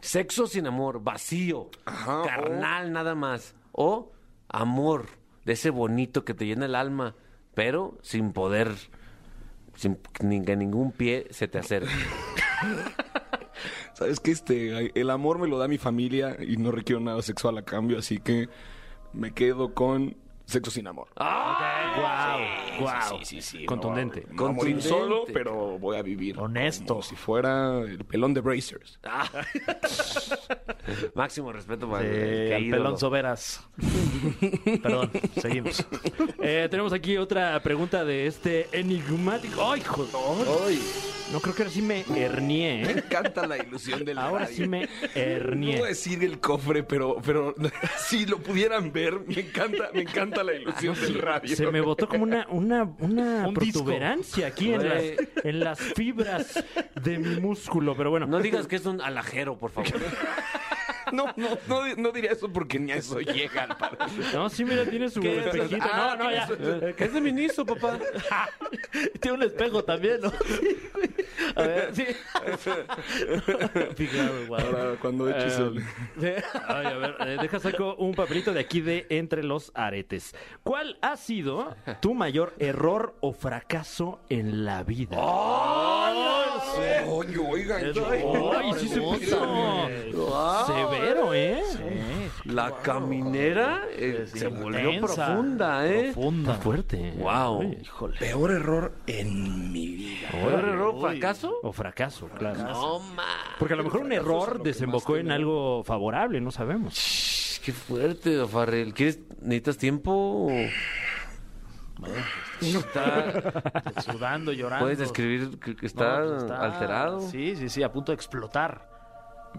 S2: Sexo sin amor, vacío,
S8: Ajá,
S2: carnal nada más. O amor, de ese bonito que te llena el alma, pero sin poder, sin ni- que ningún pie se te acerque.
S8: Sabes que este, el amor me lo da mi familia y no requiero nada sexual a cambio, así que me quedo con sexo sin amor.
S4: Wow. Wow. Contundente.
S8: No voy a morir
S2: Contundente.
S8: solo, pero voy a vivir.
S3: Honesto.
S8: Como si fuera el pelón de Bracers.
S2: Ah. Máximo respeto para el
S3: Eh,
S2: que
S3: al
S2: ídolo.
S3: pelón Soberas. Perdón, seguimos.
S4: Eh, tenemos aquí otra pregunta de este enigmático. ¡Ay, joder!
S8: Ay,
S4: No creo que ahora sí me hernié.
S8: me
S4: ¿eh?
S8: encanta la ilusión del
S4: Ahora
S8: radio.
S4: sí me
S8: No
S4: hernié.
S8: voy a decir el cofre, pero, pero si lo pudieran ver, me encanta, me encanta la ilusión del radio.
S4: Ah, Se me botó como una, una, una
S3: Un disco.
S4: protuberancia aquí en las,
S2: Güey.
S4: en las fibras de mi músculo. Pero bueno,
S2: No digas que es un alajero, por favor.
S8: no, no, no, no diría eso porque ni a eso llegan. padre.
S4: No, sí, mira, tiene su
S3: ¿Qué?
S4: espejito.
S3: Ah,
S4: no, no, ya. Ah.
S2: ¿Qué es de ministro, papá?
S3: Tiene un espejo también, ¿no? A ver, sí. Fíjate, guau.
S8: Ahora, cuando eches el-
S4: Eh, ay, a ver, eh, deja saco un papelito de aquí de entre los aretes. ¿Cuál ha sido tu mayor error o fracaso en la vida?
S8: ¡Oh! Oye, oigan,
S4: ¡Ay, sí se puso! Severo, ¿eh?
S2: La caminera eh, se volvió
S3: intensa,
S2: profunda, ¿eh?
S4: Está fuerte.
S2: Wow.
S4: Ay,
S8: Peor error en mi vida.
S2: ¿Peor error, fracaso?
S4: O fracaso, claro.
S2: No, ma.
S4: Porque a lo mejor un error desembocó en algo favorable, no sabemos.
S2: Shh, Qué fuerte, Farrell. ¿Quieres, necesitas tiempo? o- Está-
S3: Sudando, llorando.
S2: puedes describir que que está,
S3: No, pues, está-
S2: alterado.
S3: Sí, sí, sí, a punto de explotar.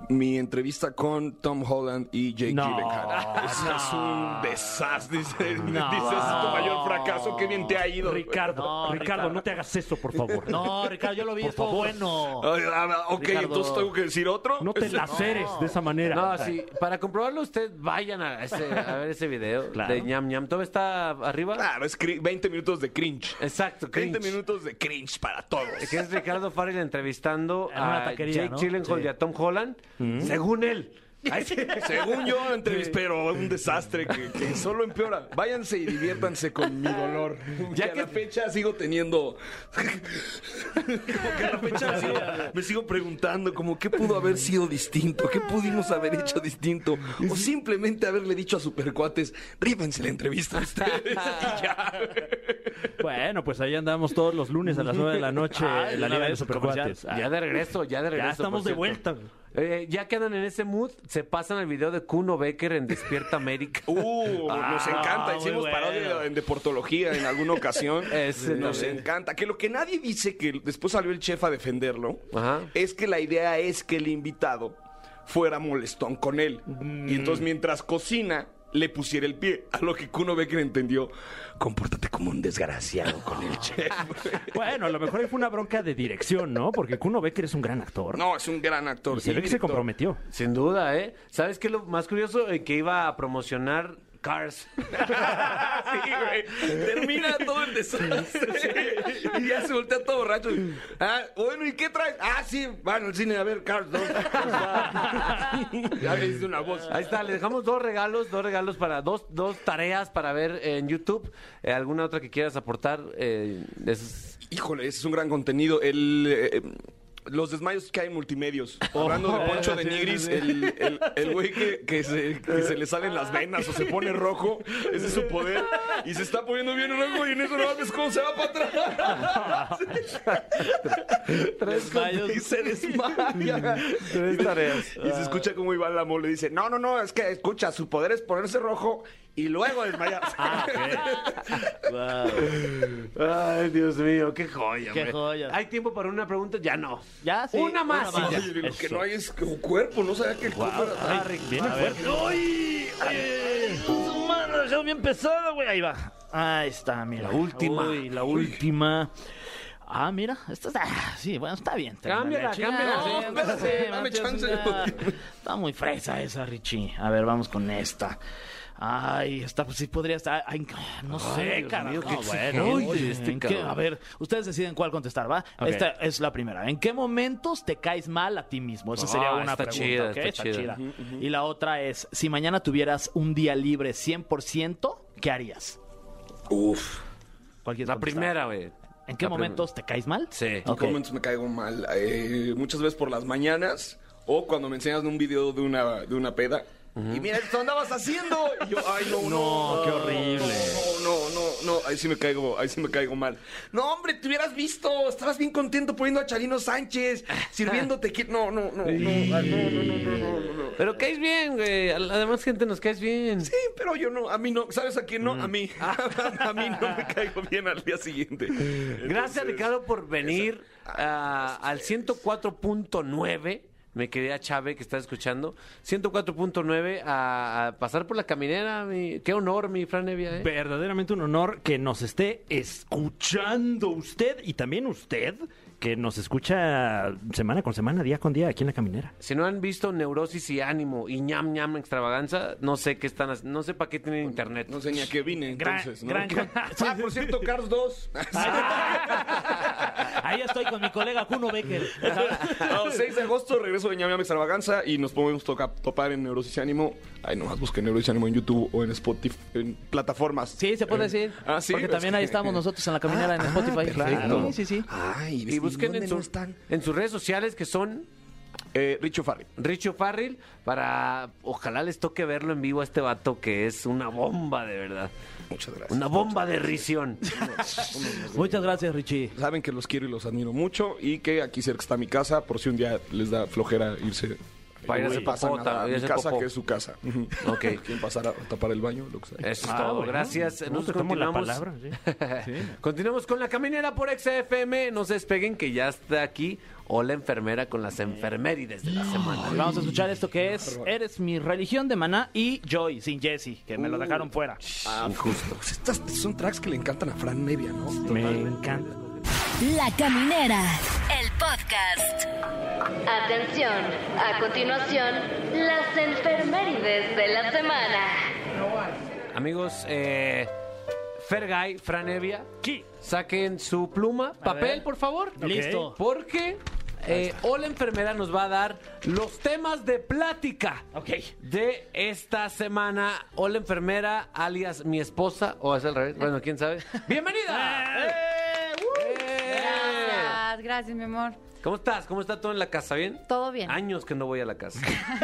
S8: Mi entrevista con Tom Holland y Jake
S4: No, Ah,
S8: Gyllenhaal. Ese es un desastre. Dice, dices, es tu mayor fracaso. Qué bien te ha ido.
S4: Ricardo,
S3: No,
S4: Ricardo,
S3: Ricardo.
S4: no te hagas eso, por favor.
S3: No, Ricardo, yo lo vi, estuvo bueno.
S8: Ay, ah, ok,
S3: Ricardo.
S8: entonces tengo que decir otro.
S4: No te
S8: Ese-
S4: laceres de esa manera.
S2: No, sí. Para comprobarlo, usted vayan a, ese- a ver ese video
S4: Claro.
S2: de ñam ñam. ¿Todo está
S3: Ah,
S2: arriba?
S8: Claro, es cri- 20 minutos de cringe.
S2: Exacto,
S8: 20
S2: cringe.
S8: minutos de cringe para todos.
S2: Que es Ricardo Farrell entrevistando
S3: En una
S2: a
S3: taquería,
S2: Jake
S3: ¿no?
S2: Gyllenhaal
S3: Sí. Mm.
S2: y a Tom Holland, según él. Ay, sí.
S8: Según yo, entrevista, pero un desastre que, que solo empeora. Váyanse y diviértanse con mi dolor. Ya que a la fecha sigo teniendo. como que a la fecha sigo- me sigo preguntando, como qué pudo haber sido distinto, qué pudimos haber hecho distinto, o simplemente haberle dicho a Supercuates, rívense la entrevista a ustedes. y ya.
S4: Bueno, pues ahí andamos todos los lunes a las 9 de la noche
S3: Ay,
S4: en la
S3: de
S4: Liga
S3: una
S4: de los
S3: vez,
S4: Supercuates. Ah,
S2: Ya de regreso, ya de regreso.
S4: ya estamos
S2: por
S4: de
S2: cierto.
S4: vuelta.
S2: Eh, ya quedan en ese mood, se pasan el video de Kuno Becker en Despierta América.
S8: Uh, nos encanta.
S3: muy
S8: Hicimos
S3: bueno.
S8: parodia en deportología en alguna ocasión.
S2: Ese
S8: nos
S2: no.
S8: encanta. Que lo que nadie dice, que después salió el chef a defenderlo,
S2: Ajá.
S8: es que la idea es que el invitado fuera molestón con él. Y entonces mientras cocina le pusiera el pie, a lo que Kuno Becker entendió, compórtate como un desgraciado con el chef.
S4: Bueno, a lo mejor ahí fue una bronca de dirección, ¿no? Porque Kuno Becker es un gran actor.
S8: No, es un gran actor.
S4: y se ve que se
S8: director.
S4: comprometió.
S2: Sin duda, ¿eh? ¿Sabes qué es lo más curioso? Eh, que iba a promocionar Cars.
S8: Sí, güey. Termina todo el desastre. Y ya se voltea todo borracho. Ah, bueno, ¿y qué traes? Ah, sí, van al cine a ver Cars 2. ya le hice una voz.
S2: Ahí está, le dejamos dos regalos, dos regalos para dos, dos tareas para ver en YouTube. Eh, ¿Alguna otra que quieras aportar? Eh, es-
S8: Híjole, ese es un gran contenido. El, eh, los desmayos que hay en multimedios.
S2: Oh,
S8: Hablando de Poncho de Nigris, el- el el güey que, que se, que se le salen las venas o se pone rojo, ese es su poder. Y se está poniendo bien rojo y en eso no mames cómo se va para atrás.
S3: Tres
S8: Y se desmaya.
S2: Tres tareas.
S8: Y se escucha como Iván Lamo le dice, no, no, no, es que escucha, su poder es ponerse rojo y luego desmayarse.
S2: Ah, Ay, Dios mío, qué joya.
S3: Qué
S2: hombre.
S3: joya.
S2: ¿Hay tiempo para una pregunta? Ya no.
S3: Ya, sí,
S2: Una más.
S3: una más.
S2: y ya.
S8: Oye, lo que no hay es un cuerpo, no sabía que el cuerpo era tan-
S4: Viene fuerte.
S3: ¡Ay! ¡Ay! Su madre, ya bien pesado, güey. Ahí va. Ahí está, mira.
S2: La última.
S3: Uy, la última. Ah, mira, esta está. ah, sí, bueno, está bien. está bien,
S2: Cámbiala,
S3: la chingada.
S2: cámbiala.
S3: No,
S2: Sí,
S8: espérate,
S3: espérate,
S8: dame
S3: Mateo,
S8: chance.
S3: ya. Está muy fresa esa, Richie. A ver, vamos con esta. Ay, esta pues sí podría estar. Ay, no sé,
S2: Dios
S3: carajo.
S2: mío, qué
S3: No,
S2: exigente
S3: oye,
S2: este
S3: ¿en qué?
S2: cabrón.
S3: A ver, ustedes deciden cuál contestar, ¿va?
S4: Ok.
S3: Esta es la primera. ¿En qué momentos te caes mal a ti mismo? Esa sería
S2: Ah,
S3: una
S2: está
S3: pregunta.
S2: chida,
S3: ¿ok?
S2: está
S3: Está
S2: chida.
S3: chida. Y la otra es, si mañana tuvieras un día libre 100%, ¿qué harías?
S8: Uf,
S3: ¿Cuál quieres
S2: La
S3: contestar?
S2: primera, güey.
S3: ¿En qué
S2: La prim-
S3: momentos te caes mal?
S2: Sí.
S8: ¿en
S3: Ok.
S8: qué momentos me caigo mal? Eh, muchas veces por las mañanas o cuando me enseñas un video de una, de una peda. Y mira, esto andabas haciendo. Y yo, ay, no, no,
S4: qué horrible.
S8: No, no, no, no, ahí sí me caigo, ahí sí me caigo mal. No, hombre, te hubieras visto, estabas bien contento poniendo a Charino Sánchez, sirviéndote que no, no, no, no, ah, no, no, no, no, no, no, no.
S2: Pero caes bien, güey. Además, gente, nos caes bien.
S8: Sí, pero yo no, a mí no, ¿sabes a quién no? A mí. a mí no me caigo bien al día siguiente.
S2: Gracias,
S8: Entonces, Ah,
S2: Ricardo, por venir a- al 104.9. Me quería Chávez, que está escuchando. 104.9 a, a pasar por la caminera. mi- Qué honor, mi Fran Evia. ¿eh?
S4: Verdaderamente un honor que nos esté escuchando usted y también usted que nos escucha semana con semana, día con día aquí en La Caminera.
S2: Si no han visto Neurosis y Ánimo y ñam ñam extravaganza, no sé qué están haciendo, no sé para qué tienen internet.
S8: No sé ni a qué vine,
S3: Gran-
S8: entonces. ¿no?
S3: gran-
S8: Ah, por cierto, Cars Ah, 2.
S3: Ahí estoy con mi colega Kuno Becker.
S8: No, 6 de agosto, regreso de Ñam Ñam Extravaganza y nos podemos toca- topar en Neurosis y Ánimo. Ay, nomás busquen Neurosis y Ánimo en YouTube o en Spotify, en plataformas.
S3: Sí, se puede
S8: Eh,
S3: decir.
S8: Ah, sí. Ah,
S3: Porque también ahí estamos nosotros en la caminera
S2: Ah,
S3: en Spotify.
S8: perfecto.
S3: Sí, sí, sí.
S8: Ay,
S2: Y busquen
S8: ¿dónde
S2: en,
S8: no
S2: su-
S8: están?
S2: en sus redes sociales que son
S8: Eh, Richo Farri.
S2: Richo Farril para ojalá les toque verlo en vivo a este vato que es una bomba de verdad.
S8: Muchas gracias.
S2: Una bomba de risión.
S3: Muchas gracias, Richie.
S8: Saben que los quiero y los admiro mucho y que aquí cerca está mi casa por si un día les da flojera irse.
S2: Para ir a
S8: No
S2: hacer
S8: pasa
S2: popó,
S8: nada.
S2: para ir a
S8: Mi
S2: hacer
S8: casa
S2: popó.
S8: que es su casa.
S2: Ok. Eh.
S8: Quieren pasar a tapar el baño, lo que sea.
S2: Eso es
S4: Ah,
S2: todo.
S4: bueno.
S2: Gracias.
S4: No te
S2: Nosotros
S4: tomo la
S2: continuamos.
S4: palabra,
S2: continuamos con la caminera por XFM. No se despeguen que ya está aquí. O la enfermera con las enfermerides de la semana.
S3: Vamos a escuchar esto que es Eres mi religión de Maná y Joy, sin Jesse, que
S2: Uh.
S3: me lo dejaron fuera.
S8: Pues estas son tracks que le encantan a Fran Nevia, ¿no?
S4: Me encanta.
S5: La Caminera, el podcast. Atención, a continuación, las enfermerides de la semana.
S2: Amigos, eh, Fergay, Franevia, saquen su pluma, papel,
S3: ver.
S2: por favor.
S3: Listo.
S2: Porque eh, o la enfermera nos va a dar los temas de plática
S3: Ok.
S2: de esta semana. O la enfermera, alias mi esposa, o es al revés, bueno, quién sabe. ¡Bienvenida! ¡Eh!
S6: Gracias, gracias, mi amor.
S2: ¿Cómo estás? ¿Cómo está todo en la casa? ¿Bien?
S6: Todo bien.
S2: Años que no voy a la casa.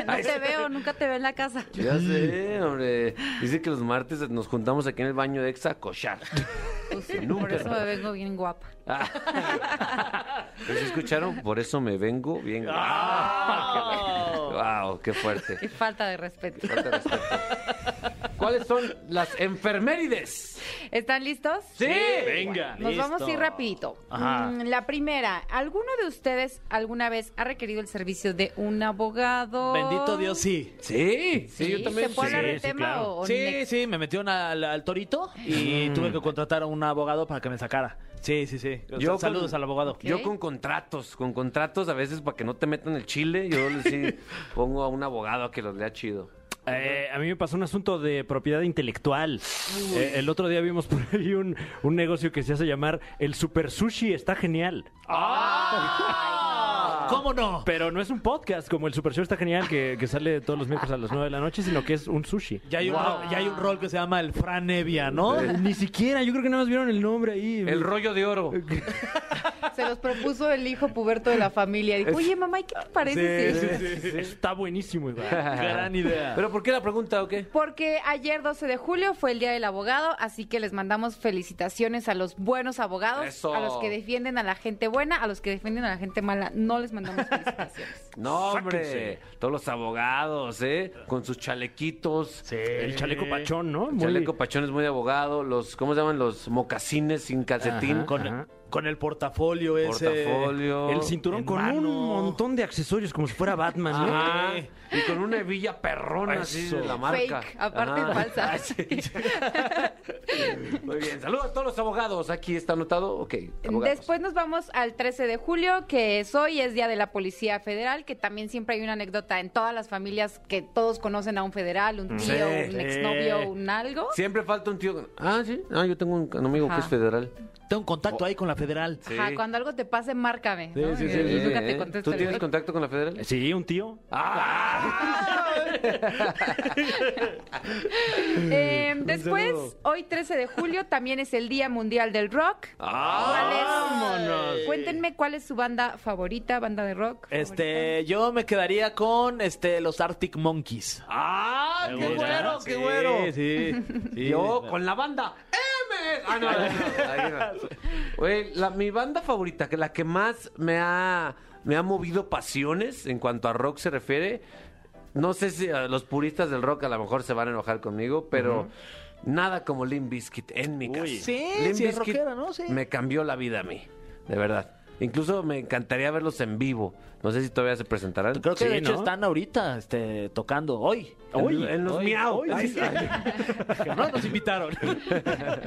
S6: No te veo, nunca te veo en la casa.
S2: Ya sé, hombre. Dice que los martes nos juntamos aquí en el baño de Exa a cochar.
S6: Pues sí,
S2: Nunca.
S6: por eso me vengo bien guapa.
S2: Ah. ¿Los escucharon? Por eso me vengo bien. ¡Wow! ¡Qué
S6: Qué
S2: fuerte!
S6: falta de respeto.
S2: Falta de respeto. ¿Cuáles son las enfermerides?
S6: ¿Están listos?
S2: ¡Sí!
S3: Venga.
S6: Nos
S3: Listo.
S6: vamos a ir rapidito.
S3: Ajá.
S6: Mm, La primera, ¿alguno de ustedes alguna vez ha requerido el servicio de un abogado?
S3: Bendito Dios, sí.
S2: Sí, sí, yo también.
S6: ¿Se puede
S4: sí,
S6: hablar del
S4: sí,
S6: tema
S4: claro.
S6: o, o
S3: Sí,
S6: next?
S3: sí, me metió al, al torito y
S2: Mm.
S3: tuve que contratar a un abogado para que me sacara. Sí, sí, sí.
S2: Yo
S3: Saludos
S2: con-
S3: al abogado.
S2: Yo con contratos, con contratos a veces para que no te metan el chile, yo les sí pongo a un abogado a que los lea chido.
S4: Eh, a mí me pasó un asunto de propiedad intelectual. Eh, el otro día vimos por ahí un, un negocio que se hace llamar El Super Sushi está genial.
S3: Ah, ¿Cómo no?
S4: Pero no es un podcast como El Super Sushi está genial que, que sale todos los miércoles a las 9 de la noche, sino que es un sushi.
S3: Ya hay, un ro- ya hay un rol que se llama el Fran Evia, ¿no?
S4: Eh, Ni siquiera, yo creo que nada más vieron el nombre ahí.
S2: El rollo de oro.
S6: Se los propuso el hijo puberto de la familia. Dijo, oye, mamá, ¿y qué te parece? si-?"
S4: Está buenísimo, Iván.
S3: Gran idea.
S2: ¿Pero por qué la pregunta o qué?
S6: Porque ayer 12 de julio fue el Día del Abogado, así que les mandamos felicitaciones a los buenos abogados,
S2: Eso.
S6: a los que defienden a la gente buena, a los que defienden a la gente mala. No les mandamos felicitaciones.
S2: No, hombre. Todos los abogados, ¿eh? Con sus chalequitos.
S4: El chaleco pachón, ¿no?
S2: El
S4: Ah, Muy-
S2: Chaleco Pachón es muy de abogado. Los, ¿cómo se llaman? Los mocasines sin calcetín.
S4: Ajá,
S2: con
S3: con, con el portafolio ese.
S2: portafolio.
S4: El cinturón
S3: en
S4: con
S3: mano.
S4: un montón de accesorios como si fuera Batman, ¿no?
S2: Ajá. Y con una hebilla perrona así
S4: Ah, Eso.
S2: de la marca.
S6: Fake, aparte
S2: Ajá.
S6: falsa.
S2: Ah, sí. muy bien. Saludos a todos los abogados. Aquí está anotado. Ok. Abogados.
S6: Después nos vamos al 13 de julio, que es hoy, es Día de la Policía Federal, que también siempre hay una anécdota en todas las familias que todos conocen a un federal, un tío,
S2: Sí.
S6: un
S2: Sí.
S6: exnovio, un algo.
S2: Siempre falta un tío. Ah, sí. Ah, yo tengo un un amigo que
S6: Ajá.
S2: es federal.
S3: Tengo un contacto ahí con la federal.
S6: Ajá,
S2: Sí.
S6: cuando algo te pase, márcame. ¿no?
S3: sí, sí,
S6: Y Nunca
S2: Eh,
S6: te
S2: ¿eh?
S6: contesta
S2: ¿Tú
S6: el
S2: tienes
S6: güey.
S2: contacto con la federal? ¡Ah!
S4: Sí, un tío.
S6: Eh, después, hoy 13 de julio también es el Día Mundial del Rock.
S2: ¡Ah!
S6: ¿Cuál es? Cuéntenme cuál es su banda favorita, banda de rock. favorita?
S3: Este, yo me quedaría con este los Arctic Monkeys.
S2: ¡Ah! ¡Qué güero! ¡Qué güero!
S3: Sí, sí.
S2: Yo con la banda M. Ah, no, no, no, ahí no. Güey, la- mi banda favorita, que la que más me ha, me ha movido pasiones en cuanto a rock se refiere. No sé si eh, los puristas del rock a lo mejor se van a enojar conmigo, pero nada como Limp Bizkit en mi caso.
S3: Sí,
S2: Limp
S3: sí es
S2: Bizkit
S3: rockera, ¿no? Sí.
S2: Me cambió la vida a mí, de verdad. Incluso me encantaría verlos en vivo. No sé si todavía se presentarán.
S3: Creo que
S4: Sí,
S3: de hecho
S4: ¿no?
S3: están ahorita este, tocando hoy.
S2: Hoy, en los
S3: hoy,
S2: miau.
S3: hoy,
S2: Ay,
S3: sí.
S2: ay.
S3: No nos invitaron.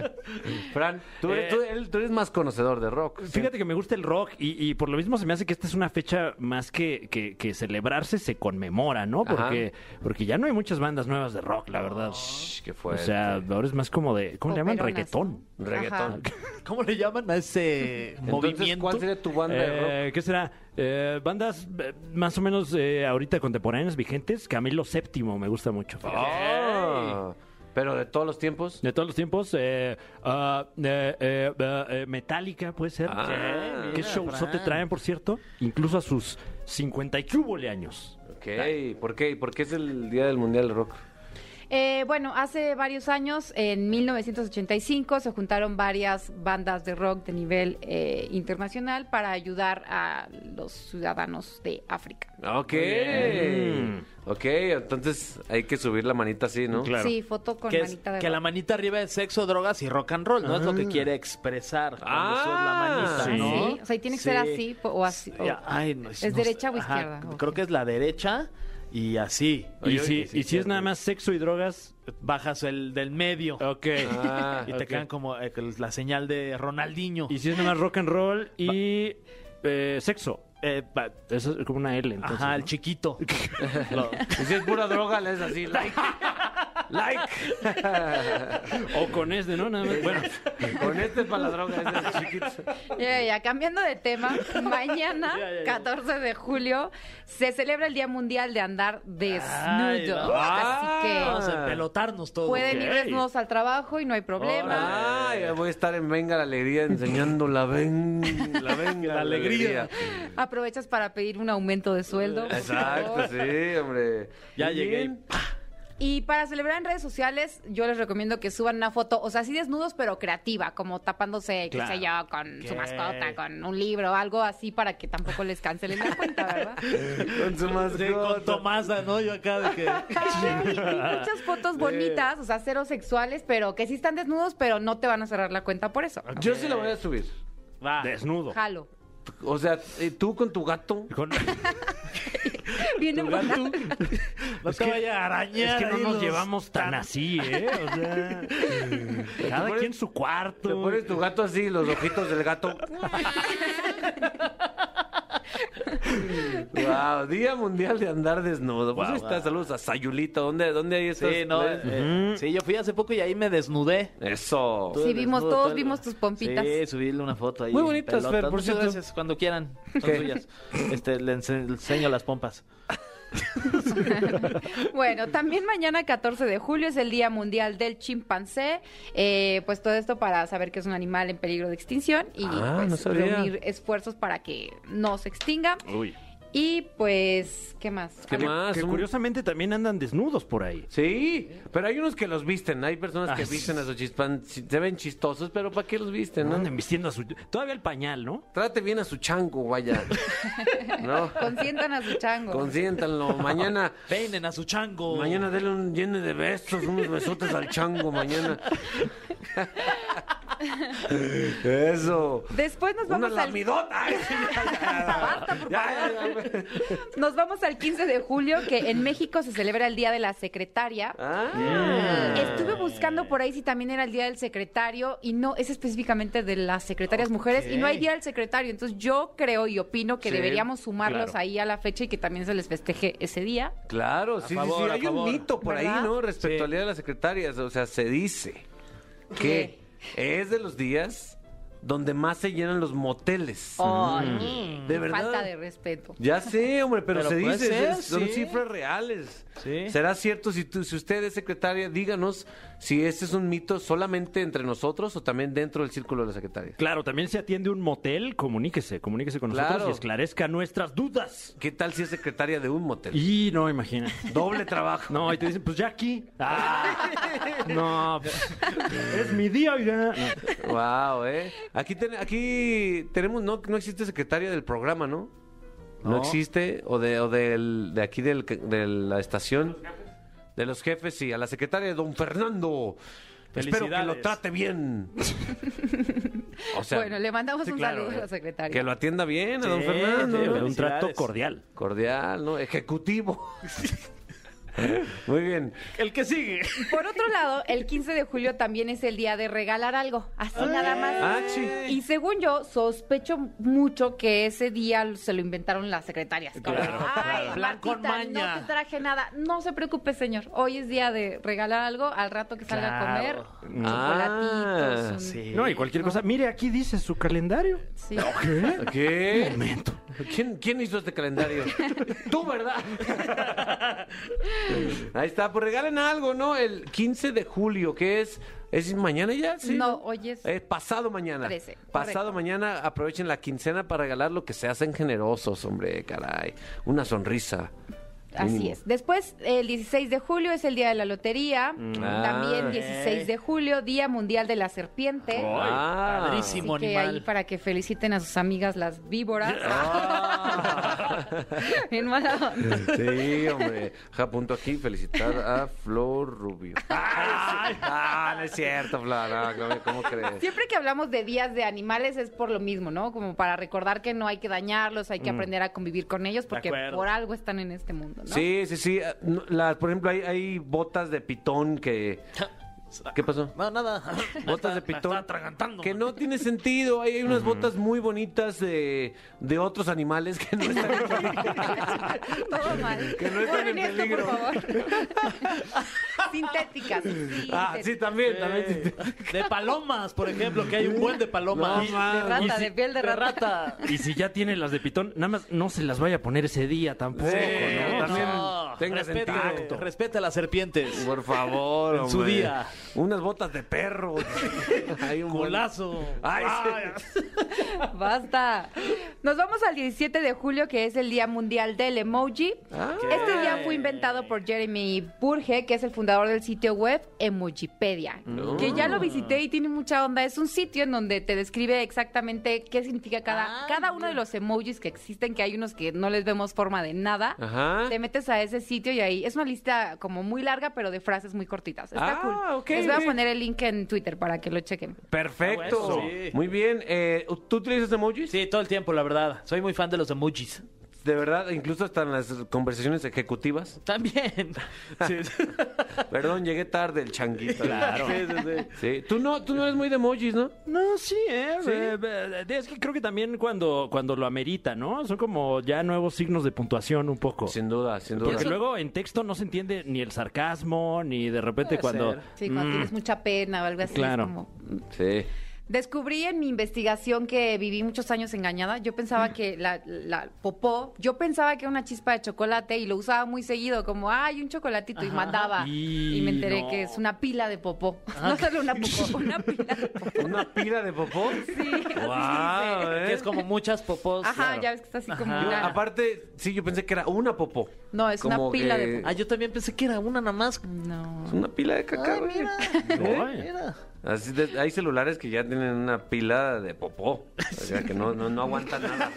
S2: Fran, tú eres,
S4: Eh.
S2: tú eres- tú eres más conocedor de rock.
S4: Fíjate que me gusta el rock y, y por lo mismo se me hace que esta es una fecha más que, que- que celebrarse, se conmemora, ¿no?
S2: Ajá.
S4: Porque, porque ya no hay muchas bandas nuevas de rock, la verdad.
S2: Shh, qué
S4: o
S2: fuerte.
S4: sea, ahora es más como de, ¿cómo le llaman?
S6: Operonas,
S4: Reggaetón.
S6: ¿no?
S2: Reggaetón.
S6: Ajá.
S3: ¿Cómo le llaman a ese
S2: Entonces,
S3: movimiento?
S2: ¿cuál sería tu banda de rock?
S4: Eh, ¿Qué será? Eh, bandas eh, más o menos eh, ahorita contemporáneas vigentes. Camilo VII me gusta mucho.
S2: Oh. Ah, Pero de todos los tiempos.
S4: De todos los tiempos, eh, ah, eh, eh, ah, eh, Metallica puede ser.
S2: Ah,
S4: ¿Qué
S3: mira,
S4: showzote
S3: Fran.
S4: traen, por cierto? Incluso a sus 50 y chúbole años.
S2: Ok, ¿por qué? ¿Por qué es el Día del Mundial del Rock?
S6: Eh, bueno, hace varios años, en 1985, se juntaron varias bandas de rock de nivel eh, internacional para ayudar a los ciudadanos de África.
S2: Ok.
S4: bien.
S2: Ok, entonces hay que subir la manita así, ¿no?
S4: Claro.
S6: Sí, foto con
S3: que es-
S6: manita de
S3: que la
S6: rock.
S3: manita arriba es sexo, drogas y rock and roll, ¿no? Es lo que quiere expresar cuando son
S2: Ah,
S3: la manita,
S4: sí.
S3: ¿no?
S6: Sí, o sea, y tiene que ser así, po- o así, o-
S3: Ya, ay, no,
S6: ¿Es
S3: no
S6: derecha o
S3: sé. Ajá,
S6: izquierda? Ok.
S3: Creo que es la derecha y así.
S4: Y
S2: Oye,
S4: si,
S2: oye, sí,
S4: y si es nada más sexo y drogas,
S3: Bajas el del medio
S4: ok.
S2: Ah,
S3: y te
S4: ok.
S3: quedan como eh, la señal de Ronaldinho.
S4: Y si es nada más rock and roll y eh, sexo.
S3: Eh, va-
S4: Eso es como una L, entonces.
S3: Ajá, el
S4: ¿no?
S3: chiquito. Lo-
S2: Y si es pura droga, le es así, like. like.
S4: O con este, ¿no? Nada más. Bueno,
S2: Con este es para la droga, ese es chiquito.
S6: Ya, ya, cambiando de tema, mañana, 14 de julio, se celebra el Día Mundial de Andar
S3: Ah, Ay,
S6: Desnudo.
S3: vamos.
S6: Así que
S3: Vamos a pelotarnos todos.
S6: pueden ir
S4: ok.
S6: desnudos al trabajo y no hay problema.
S2: Ay, voy a estar en Venga la Alegría enseñando la ven, la venga la alegría.
S6: Aprovechas para pedir un aumento de sueldo. por
S2: Exacto,
S6: favor.
S2: sí, hombre.
S3: Ya
S2: Muy
S3: llegué.
S2: bien.
S6: Y para celebrar en redes sociales, yo les recomiendo que suban una foto, o sea, así desnudos, pero creativa, como tapándose, qué sé yo, con su
S3: Ok.
S6: mascota, con un libro, algo así para que tampoco les cancelen la cuenta, ¿verdad?
S2: Con su
S3: Sí, con
S2: mascota.
S3: Tomasa, ¿no? Yo acá de que...
S6: Ay, y muchas fotos bonitas, o sea, cero sexuales, pero que sí están desnudos, pero no te van a cerrar la cuenta por eso.
S2: Yo sí la voy a subir.
S3: Va.
S4: desnudo.
S6: Jalo.
S2: O sea, eh, tú con tu gato.
S4: Con-
S6: Viene buena-
S3: No te vaya a
S4: Es
S3: arañar.
S4: que no
S3: ahí
S4: nos
S3: los-
S4: llevamos tan así, ¿eh? O sea, cada
S2: pones-
S4: quien su
S2: Te
S4: cuarto.
S2: pones tu gato así, los ojitos del gato. wow, Día Mundial de Andar Desnudo. Pues
S3: Guau,
S2: ahí está,
S3: guau.
S2: saludos a Sayulita. ¿Dónde, dónde hay estos? Pues,
S3: Sí, no,
S2: ¿ves?
S3: eh, sí, yo fui hace poco y ahí me desnudé.
S2: Eso.
S6: Sí,
S3: Desnudo,
S6: vimos, todos
S3: todo el-
S6: vimos tus pompitas.
S3: Sí, subirle una foto ahí.
S2: Muy
S3: en
S2: bonitas,
S3: pelotas.
S2: Fer, por
S3: Muchas
S2: cierto.
S3: gracias, cuando quieran. Son
S2: ¿Qué?
S3: suyas. Este, le ense- le enseño las pompas.
S6: Bueno, también mañana 14 de julio es el Día Mundial del Chimpancé. Eh, pues todo esto para saber que es un animal en peligro de extinción y
S2: Ah,
S6: pues,
S2: no sabía.
S6: reunir esfuerzos para que no se extinga.
S4: Uy.
S6: Y pues, ¿qué más?
S2: ¿Qué
S4: Que,
S2: más?
S4: que
S2: Un-
S4: curiosamente también andan desnudos por ahí.
S2: Sí, pero hay unos que los visten. Hay personas que
S4: Ah,
S2: visten a sus chispan. Se ven chistosos, pero ¿para qué los visten? no?
S4: Andan vistiendo a su... Todavía el pañal, ¿no?
S2: Trate bien a su chango, vaya. ¿No?
S6: Consientan a su chango.
S2: Consiéntanlo. Mañana.
S3: Peinen a su chango.
S2: Mañana denle un lleno de besos, unos besotes al chango mañana. Eso.
S6: Después nos
S2: Una
S6: vamos al
S2: lamidota. Ay, sí, ya, ya, ya. Ya, ya, ya.
S6: Nos vamos al 15 de julio, que en México se celebra el Día de la Secretaria.
S3: Mm.
S2: Ah.
S6: Estuve buscando por ahí si también era el Día del Secretario y no, es específicamente de las secretarias mujeres y no hay Día del Secretario. Entonces yo creo y opino que
S2: Sí,
S6: deberíamos sumarlos
S4: claro.
S6: ahí a la fecha y que también se les festeje ese día.
S2: Claro, sí, sí,
S3: favor,
S2: sí.
S3: a
S2: Hay un
S3: favor.
S2: mito por ahí,
S6: ¿Verdad?
S2: ¿no? Respecto al día de las secretarias. O sea, se dice que es de los días donde más se llenan los moteles.
S3: Mm.
S6: Ay, mm.
S2: ¿De verdad?
S6: Falta de respeto.
S2: Ya sé, hombre, pero,
S3: Pero
S2: se
S3: puede
S2: dice,
S3: ser,
S2: es- son
S3: sí.
S2: cifras reales.
S3: Sí.
S2: ¿Será cierto si, tú- si usted es secretaria? Díganos si este es un mito solamente entre nosotros o también dentro del círculo de las secretarias.
S4: Claro, también se atiende un motel. Comuníquese, comuníquese con nosotros
S2: Claro.
S4: y esclarezca nuestras dudas.
S2: ¿Qué tal si es secretaria de un motel?
S4: Y no, imagina.
S2: Doble trabajo.
S4: No, y te dicen, pues ya aquí. Ah, no, pues, es mi día ya.
S2: Wow, eh. Aquí, ten- aquí tenemos, no, no existe secretaria del programa, ¿no? No,
S3: No.
S2: existe, o de, o del- de aquí del- de la estación. De los jefes, sí, a la secretaria de Don Fernando. Espero que lo
S3: Felicidades.
S2: trate bien. O sea,
S6: bueno, le mandamos
S4: sí,
S6: un
S4: claro,
S6: saludo
S4: eh.
S6: a la secretaria.
S2: que lo atienda bien a don
S4: Sí,
S2: Fernando.
S4: sí,
S2: ¿no?
S4: un trato cordial.
S2: Cordial, ¿no? Ejecutivo. Muy bien.
S3: El que sigue.
S6: Por otro lado, el 15 de julio también es el día de regalar algo, así nada más.
S2: Ah, sí.
S6: Y según yo, sospecho mucho que ese día se lo inventaron las secretarias. Como,
S4: Claro,
S6: Ay,
S3: Plan con
S6: Martita,
S3: maña.
S6: no te traje nada. No se preocupe, señor. Hoy es día de regalar algo. Al rato que salga a comer,
S3: Claro.
S6: un chocolatitos.
S2: Ah,
S6: un-
S3: sí.
S4: No, y cualquier
S6: no.
S4: cosa. Mire, aquí dice su calendario.
S6: sí.
S2: ¿Qué? ¿Quién, quién hizo este calendario? Tú, ¿verdad? Ahí está, pues regalen algo, ¿no? El 15 de julio, que es... ¿Es mañana ya? ¿Sí?
S6: No, hoy es-
S2: Eh, pasado mañana.
S6: 13,
S2: Pasado
S6: correcto.
S2: mañana aprovechen la quincena para regalar lo que se hacen generosos, hombre, caray. Una sonrisa.
S6: Así
S2: Mínimo.
S6: es. Después, el 16 de julio es el día de la lotería.
S2: Ah.
S6: También ¿eh? 16 de julio, Día Mundial de la Serpiente.
S2: Ah.
S6: Así
S3: Padrísimo
S6: que ahí
S3: animal.
S6: para que feliciten a sus amigas las víboras.
S2: Ah.
S6: Bien mala onda.
S2: Sí, hombre. Apunto aquí felicitar a Flor Rubio. Ah, no es cierto, Flor. No, Claudia, ¿Cómo crees?
S6: Siempre que hablamos de días de animales es por lo mismo, ¿no? Como para recordar que no hay que dañarlos, hay que
S2: Mm.
S6: aprender a convivir con ellos porque
S3: acuerdo.
S6: por algo están en este mundo, ¿no?
S2: Sí, sí, sí. Ah, no, la- por ejemplo, hay, hay botas de pitón que... ¿Qué pasó?
S3: No, nada.
S2: Botas de pitón.
S3: Está atragantando.
S2: Que no tiene sentido. Hay hay unas botas muy bonitas de, de otros animales que no están en
S6: Todo mal.
S2: Que no están
S6: Borren
S2: en
S6: esto,
S2: peligro.
S6: por favor. Sintéticas.
S2: Ah, sí, también, también.
S3: Eh, De palomas, por ejemplo, que hay un buen de palomas.
S6: De
S4: Y
S6: rata,
S4: si-
S6: de piel de
S3: de
S6: rata.
S3: rata.
S4: Y si ya tiene las de pitón, nada más no se las vaya a poner ese día tampoco.
S2: Sí.
S4: ¿no?
S2: Eh, también tenga
S3: respete,
S2: sentido.
S3: respete a las serpientes.
S2: Por favor,
S3: En su
S2: hombre.
S3: día.
S2: Unas botas de perro. Hay un buen-
S3: Golazo.
S2: Ay, sí.
S6: Basta. Nos vamos al 17 de julio, que es el Día Mundial del Emoji. Este día fue inventado por Jeremy Burge, que es el fundador del sitio web Emojipedia, que ya lo visité y tiene mucha onda. Es un sitio en donde te describe exactamente qué significa cada,
S3: Ah,
S6: cada uno de los emojis que existen, que hay unos que no les vemos forma de nada.
S2: Ajá.
S6: Te metes a ese sitio y ahí es una lista como muy larga, pero de frases muy cortitas.
S2: Ah,
S6: Está cool.
S2: ok,
S6: Les voy
S2: ok.
S6: a poner el link en Twitter para que lo chequen.
S2: Perfecto.
S3: Ah, bueno, sí.
S2: Muy bien. Eh, ¿Tú utilizas emojis?
S3: Sí, todo el tiempo, la verdad. Soy muy fan de los emojis.
S2: De verdad, incluso hasta en las conversaciones ejecutivas.
S3: También. Sí, sí.
S2: Perdón, llegué tarde el changuito.
S3: Sí, sí, sí.
S2: Sí. Tú no, tú no eres muy de emojis, ¿no?
S4: No, sí, eh, eh, eh, Es que creo que también cuando, cuando lo amerita, ¿no? Son como ya nuevos signos de puntuación un poco.
S2: Sin duda, sin duda.
S4: Porque luego en texto no se entiende ni el sarcasmo, ni de repente cuando...
S3: ser.
S6: Sí, cuando
S2: Mm.
S6: tienes mucha pena o algo así. es
S4: Claro.
S6: como,
S2: Sí.
S6: Descubrí en mi investigación que viví muchos años engañada. Yo
S2: Mm.
S6: pensaba que la, la popó, yo pensaba que era una chispa de chocolate y lo usaba muy seguido, como, ay, un chocolatito, y mandaba.
S4: Y
S6: Y, me enteré
S4: no.
S6: que es una pila de popó.
S2: Ah,
S6: No solo una popó, una pila de popó.
S2: ¿Una pila de popó?
S6: Sí, así dice.
S2: Wow, ¿eh?
S3: Que es como muchas popos.
S6: Ajá,
S3: Claro.
S6: ya ves que está así como
S2: Yo,
S6: una-
S2: aparte, sí, yo pensé que era una popó.
S6: No, es una
S2: Como
S6: pila
S2: que-
S6: de popó.
S3: Ah, yo también pensé que era una nada más.
S6: No.
S2: Es una pila de cacao. ¿eh?
S4: Ay.
S3: Mira.
S2: Así de- hay celulares que ya tienen una pila de popó. O sea, que no, no, no aguantan nada.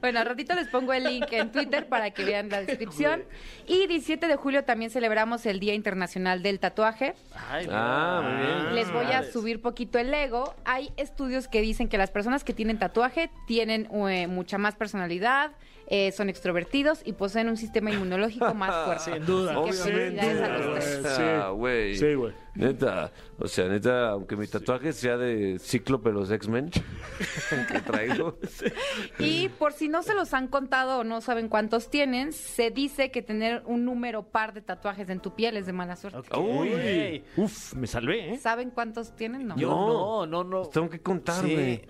S6: Bueno, al ratito les pongo el link en Twitter para que vean la descripción. Y 17 de julio también celebramos el Día Internacional del Tatuaje.
S3: Ay,
S2: Ah, muy bien.
S6: Les voy a subir poquito el ego. Hay estudios que dicen que las personas que tienen tatuaje tienen eh, mucha más personalidad, eh, son extrovertidos y poseen un sistema inmunológico más fuerte.
S3: Sin duda.
S6: Así
S2: Ah,
S6: que
S2: Obviamente.
S6: felicidades a los tres.
S2: Neta, güey.
S4: Sí, güey.
S2: Neta, o sea, neta, aunque mi tatuaje sea de Cíclope los X-Men que traigo.
S6: Y por si no se los han contado o no saben cuántos tienen, se dice que tener un número par de tatuajes en tu piel es de mala suerte.
S3: Ok.
S4: Uy, uf, me salvé, ¿eh?
S6: ¿Saben cuántos tienen? No.
S3: Yo no, no, no.
S2: Pues tengo que contar, güey.
S3: Sí.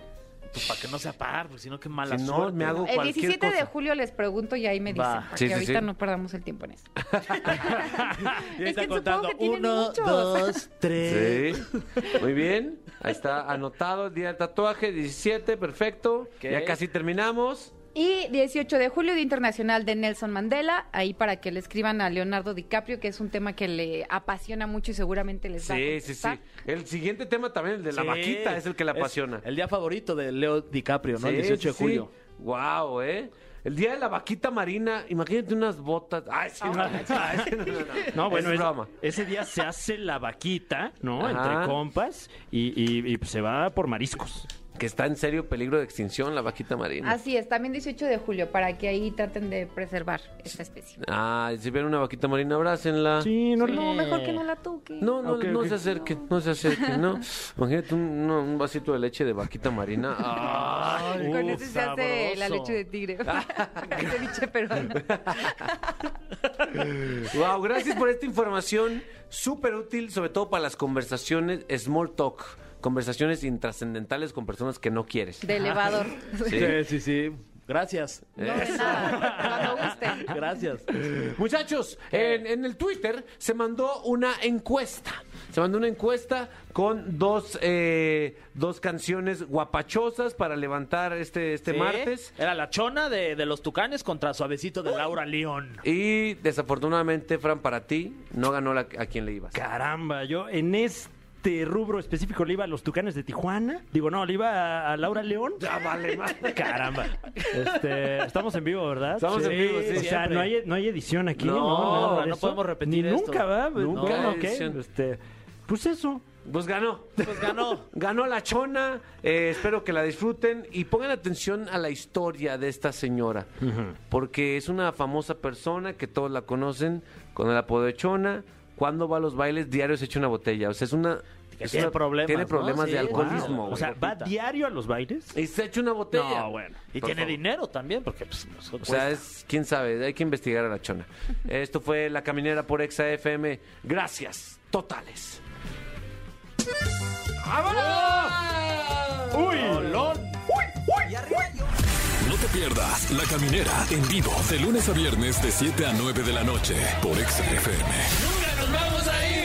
S3: Pues para que no sea par, porque si no, qué mala
S2: Si no,
S3: suerte.
S2: me hago
S6: El
S2: cualquier
S6: 17 de
S2: cosa.
S6: julio les pregunto y ahí me dicen,
S3: Va.
S6: para
S2: Sí,
S6: que
S2: sí,
S6: ahorita
S2: sí.
S6: no perdamos el tiempo en eso.
S3: Y ahí
S6: Es que
S3: está
S6: supongo
S3: contando.
S6: que tienen
S3: Uno,
S6: muchos.
S3: dos, tres.
S2: Sí. Muy bien. Ahí está anotado el día del tatuaje, 17, perfecto. Ya casi terminamos.
S6: Y 18 de julio, Día Internacional de Nelson Mandela, ahí para que le escriban a Leonardo DiCaprio, que es un tema que le apasiona mucho y seguramente les va a
S2: Sí, sí, sí.
S6: contestar.
S2: El siguiente tema también, el de la
S3: Sí.
S2: vaquita, es el que la apasiona.
S3: el día favorito de Leo DiCaprio, ¿no? el 18 de julio.
S2: Wow, ¿eh? El día de la vaquita marina, imagínate unas botas. Ay, sí, no, ay, sí, no, no, no.
S4: Ah, No, bueno,
S2: es
S4: es-
S2: broma.
S4: ese día se hace la vaquita, ¿no?
S2: Ajá.
S4: Entre compas y, y- y se va por mariscos.
S2: Que está en serio peligro de extinción la vaquita marina.
S4: Ah,
S6: Así es, también 18 de julio, para que ahí traten de preservar esta especie.
S2: Ah, si ven una vaquita marina, abrácenla.
S4: Sí, no,
S6: No, mejor que no la toquen.
S2: No, no,
S4: Ok,
S2: no
S4: ok.
S2: se acerquen, no se acerquen, no. Imagínate un, no, un vasito de leche de vaquita marina. Ay.
S6: Con
S4: Uh,
S6: eso se hace la
S4: sabroso.
S6: leche de tigre. Ceviche peruano.
S2: Wow, gracias por esta información súper útil, sobre todo para las conversaciones small talk, conversaciones intrascendentales con personas que no quieres.
S6: De elevador.
S3: Sí, sí, sí. Gracias. Eh.
S6: No, de nada. Cuando gusten.
S3: Gracias.
S2: Muchachos, en, en el Twitter se mandó una encuesta. Se mandó una encuesta con dos, eh, dos canciones guapachosas para levantar este, este
S3: Sí,
S2: martes.
S3: Era la chona de, de los tucanes contra suavecito de Laura León.
S2: Y desafortunadamente, Fran, para ti no ganó la, a quien le ibas.
S4: Caramba, yo en este rubro específico le iba a los Tucanes de Tijuana. Digo, no, le iba a, a Laura León.
S2: Ya vale, madre.
S4: Caramba. Este, estamos en vivo, ¿verdad?
S2: Estamos en vivo, sí,
S4: O sea,
S3: siempre.
S4: no hay, no hay edición aquí.
S2: No,
S4: No, Nada de
S3: no
S4: eso.
S3: podemos repetir
S4: Ni
S3: esto.
S4: Nunca, ¿va?
S2: Nunca
S4: Bueno,
S2: hay
S4: ok,
S2: edición.
S4: este, pues eso.
S2: Pues ganó.
S3: Pues ganó.
S2: Ganó la chona, eh, espero que la disfruten y pongan atención a la historia de esta señora, porque es una famosa persona que todos la conocen con el apodo de chona, cuando va a los bailes diarios echa una botella, o sea, es una... es
S3: tiene
S2: una-
S3: problemas,
S2: Tiene
S3: ¿no?
S2: problemas
S3: Sí,
S2: de
S3: wow.
S2: alcoholismo.
S4: o
S2: güey.
S4: sea, ¿va diario a los bailes?
S2: y se echa una botella.
S4: No, bueno.
S3: Y
S2: Por
S3: tiene
S2: favor.
S3: dinero también, porque pues, nosotros.
S2: O sea, es, quién sabe, hay que investigar a la chona. Esto fue La Caminera por Exa FM. Gracias, totales.
S4: ¡Uy!
S1: No te pierdas La Caminera en vivo de lunes a viernes de 7 a 9 de la noche por Exa FM.
S2: ¡Nunca nos vamos a ir!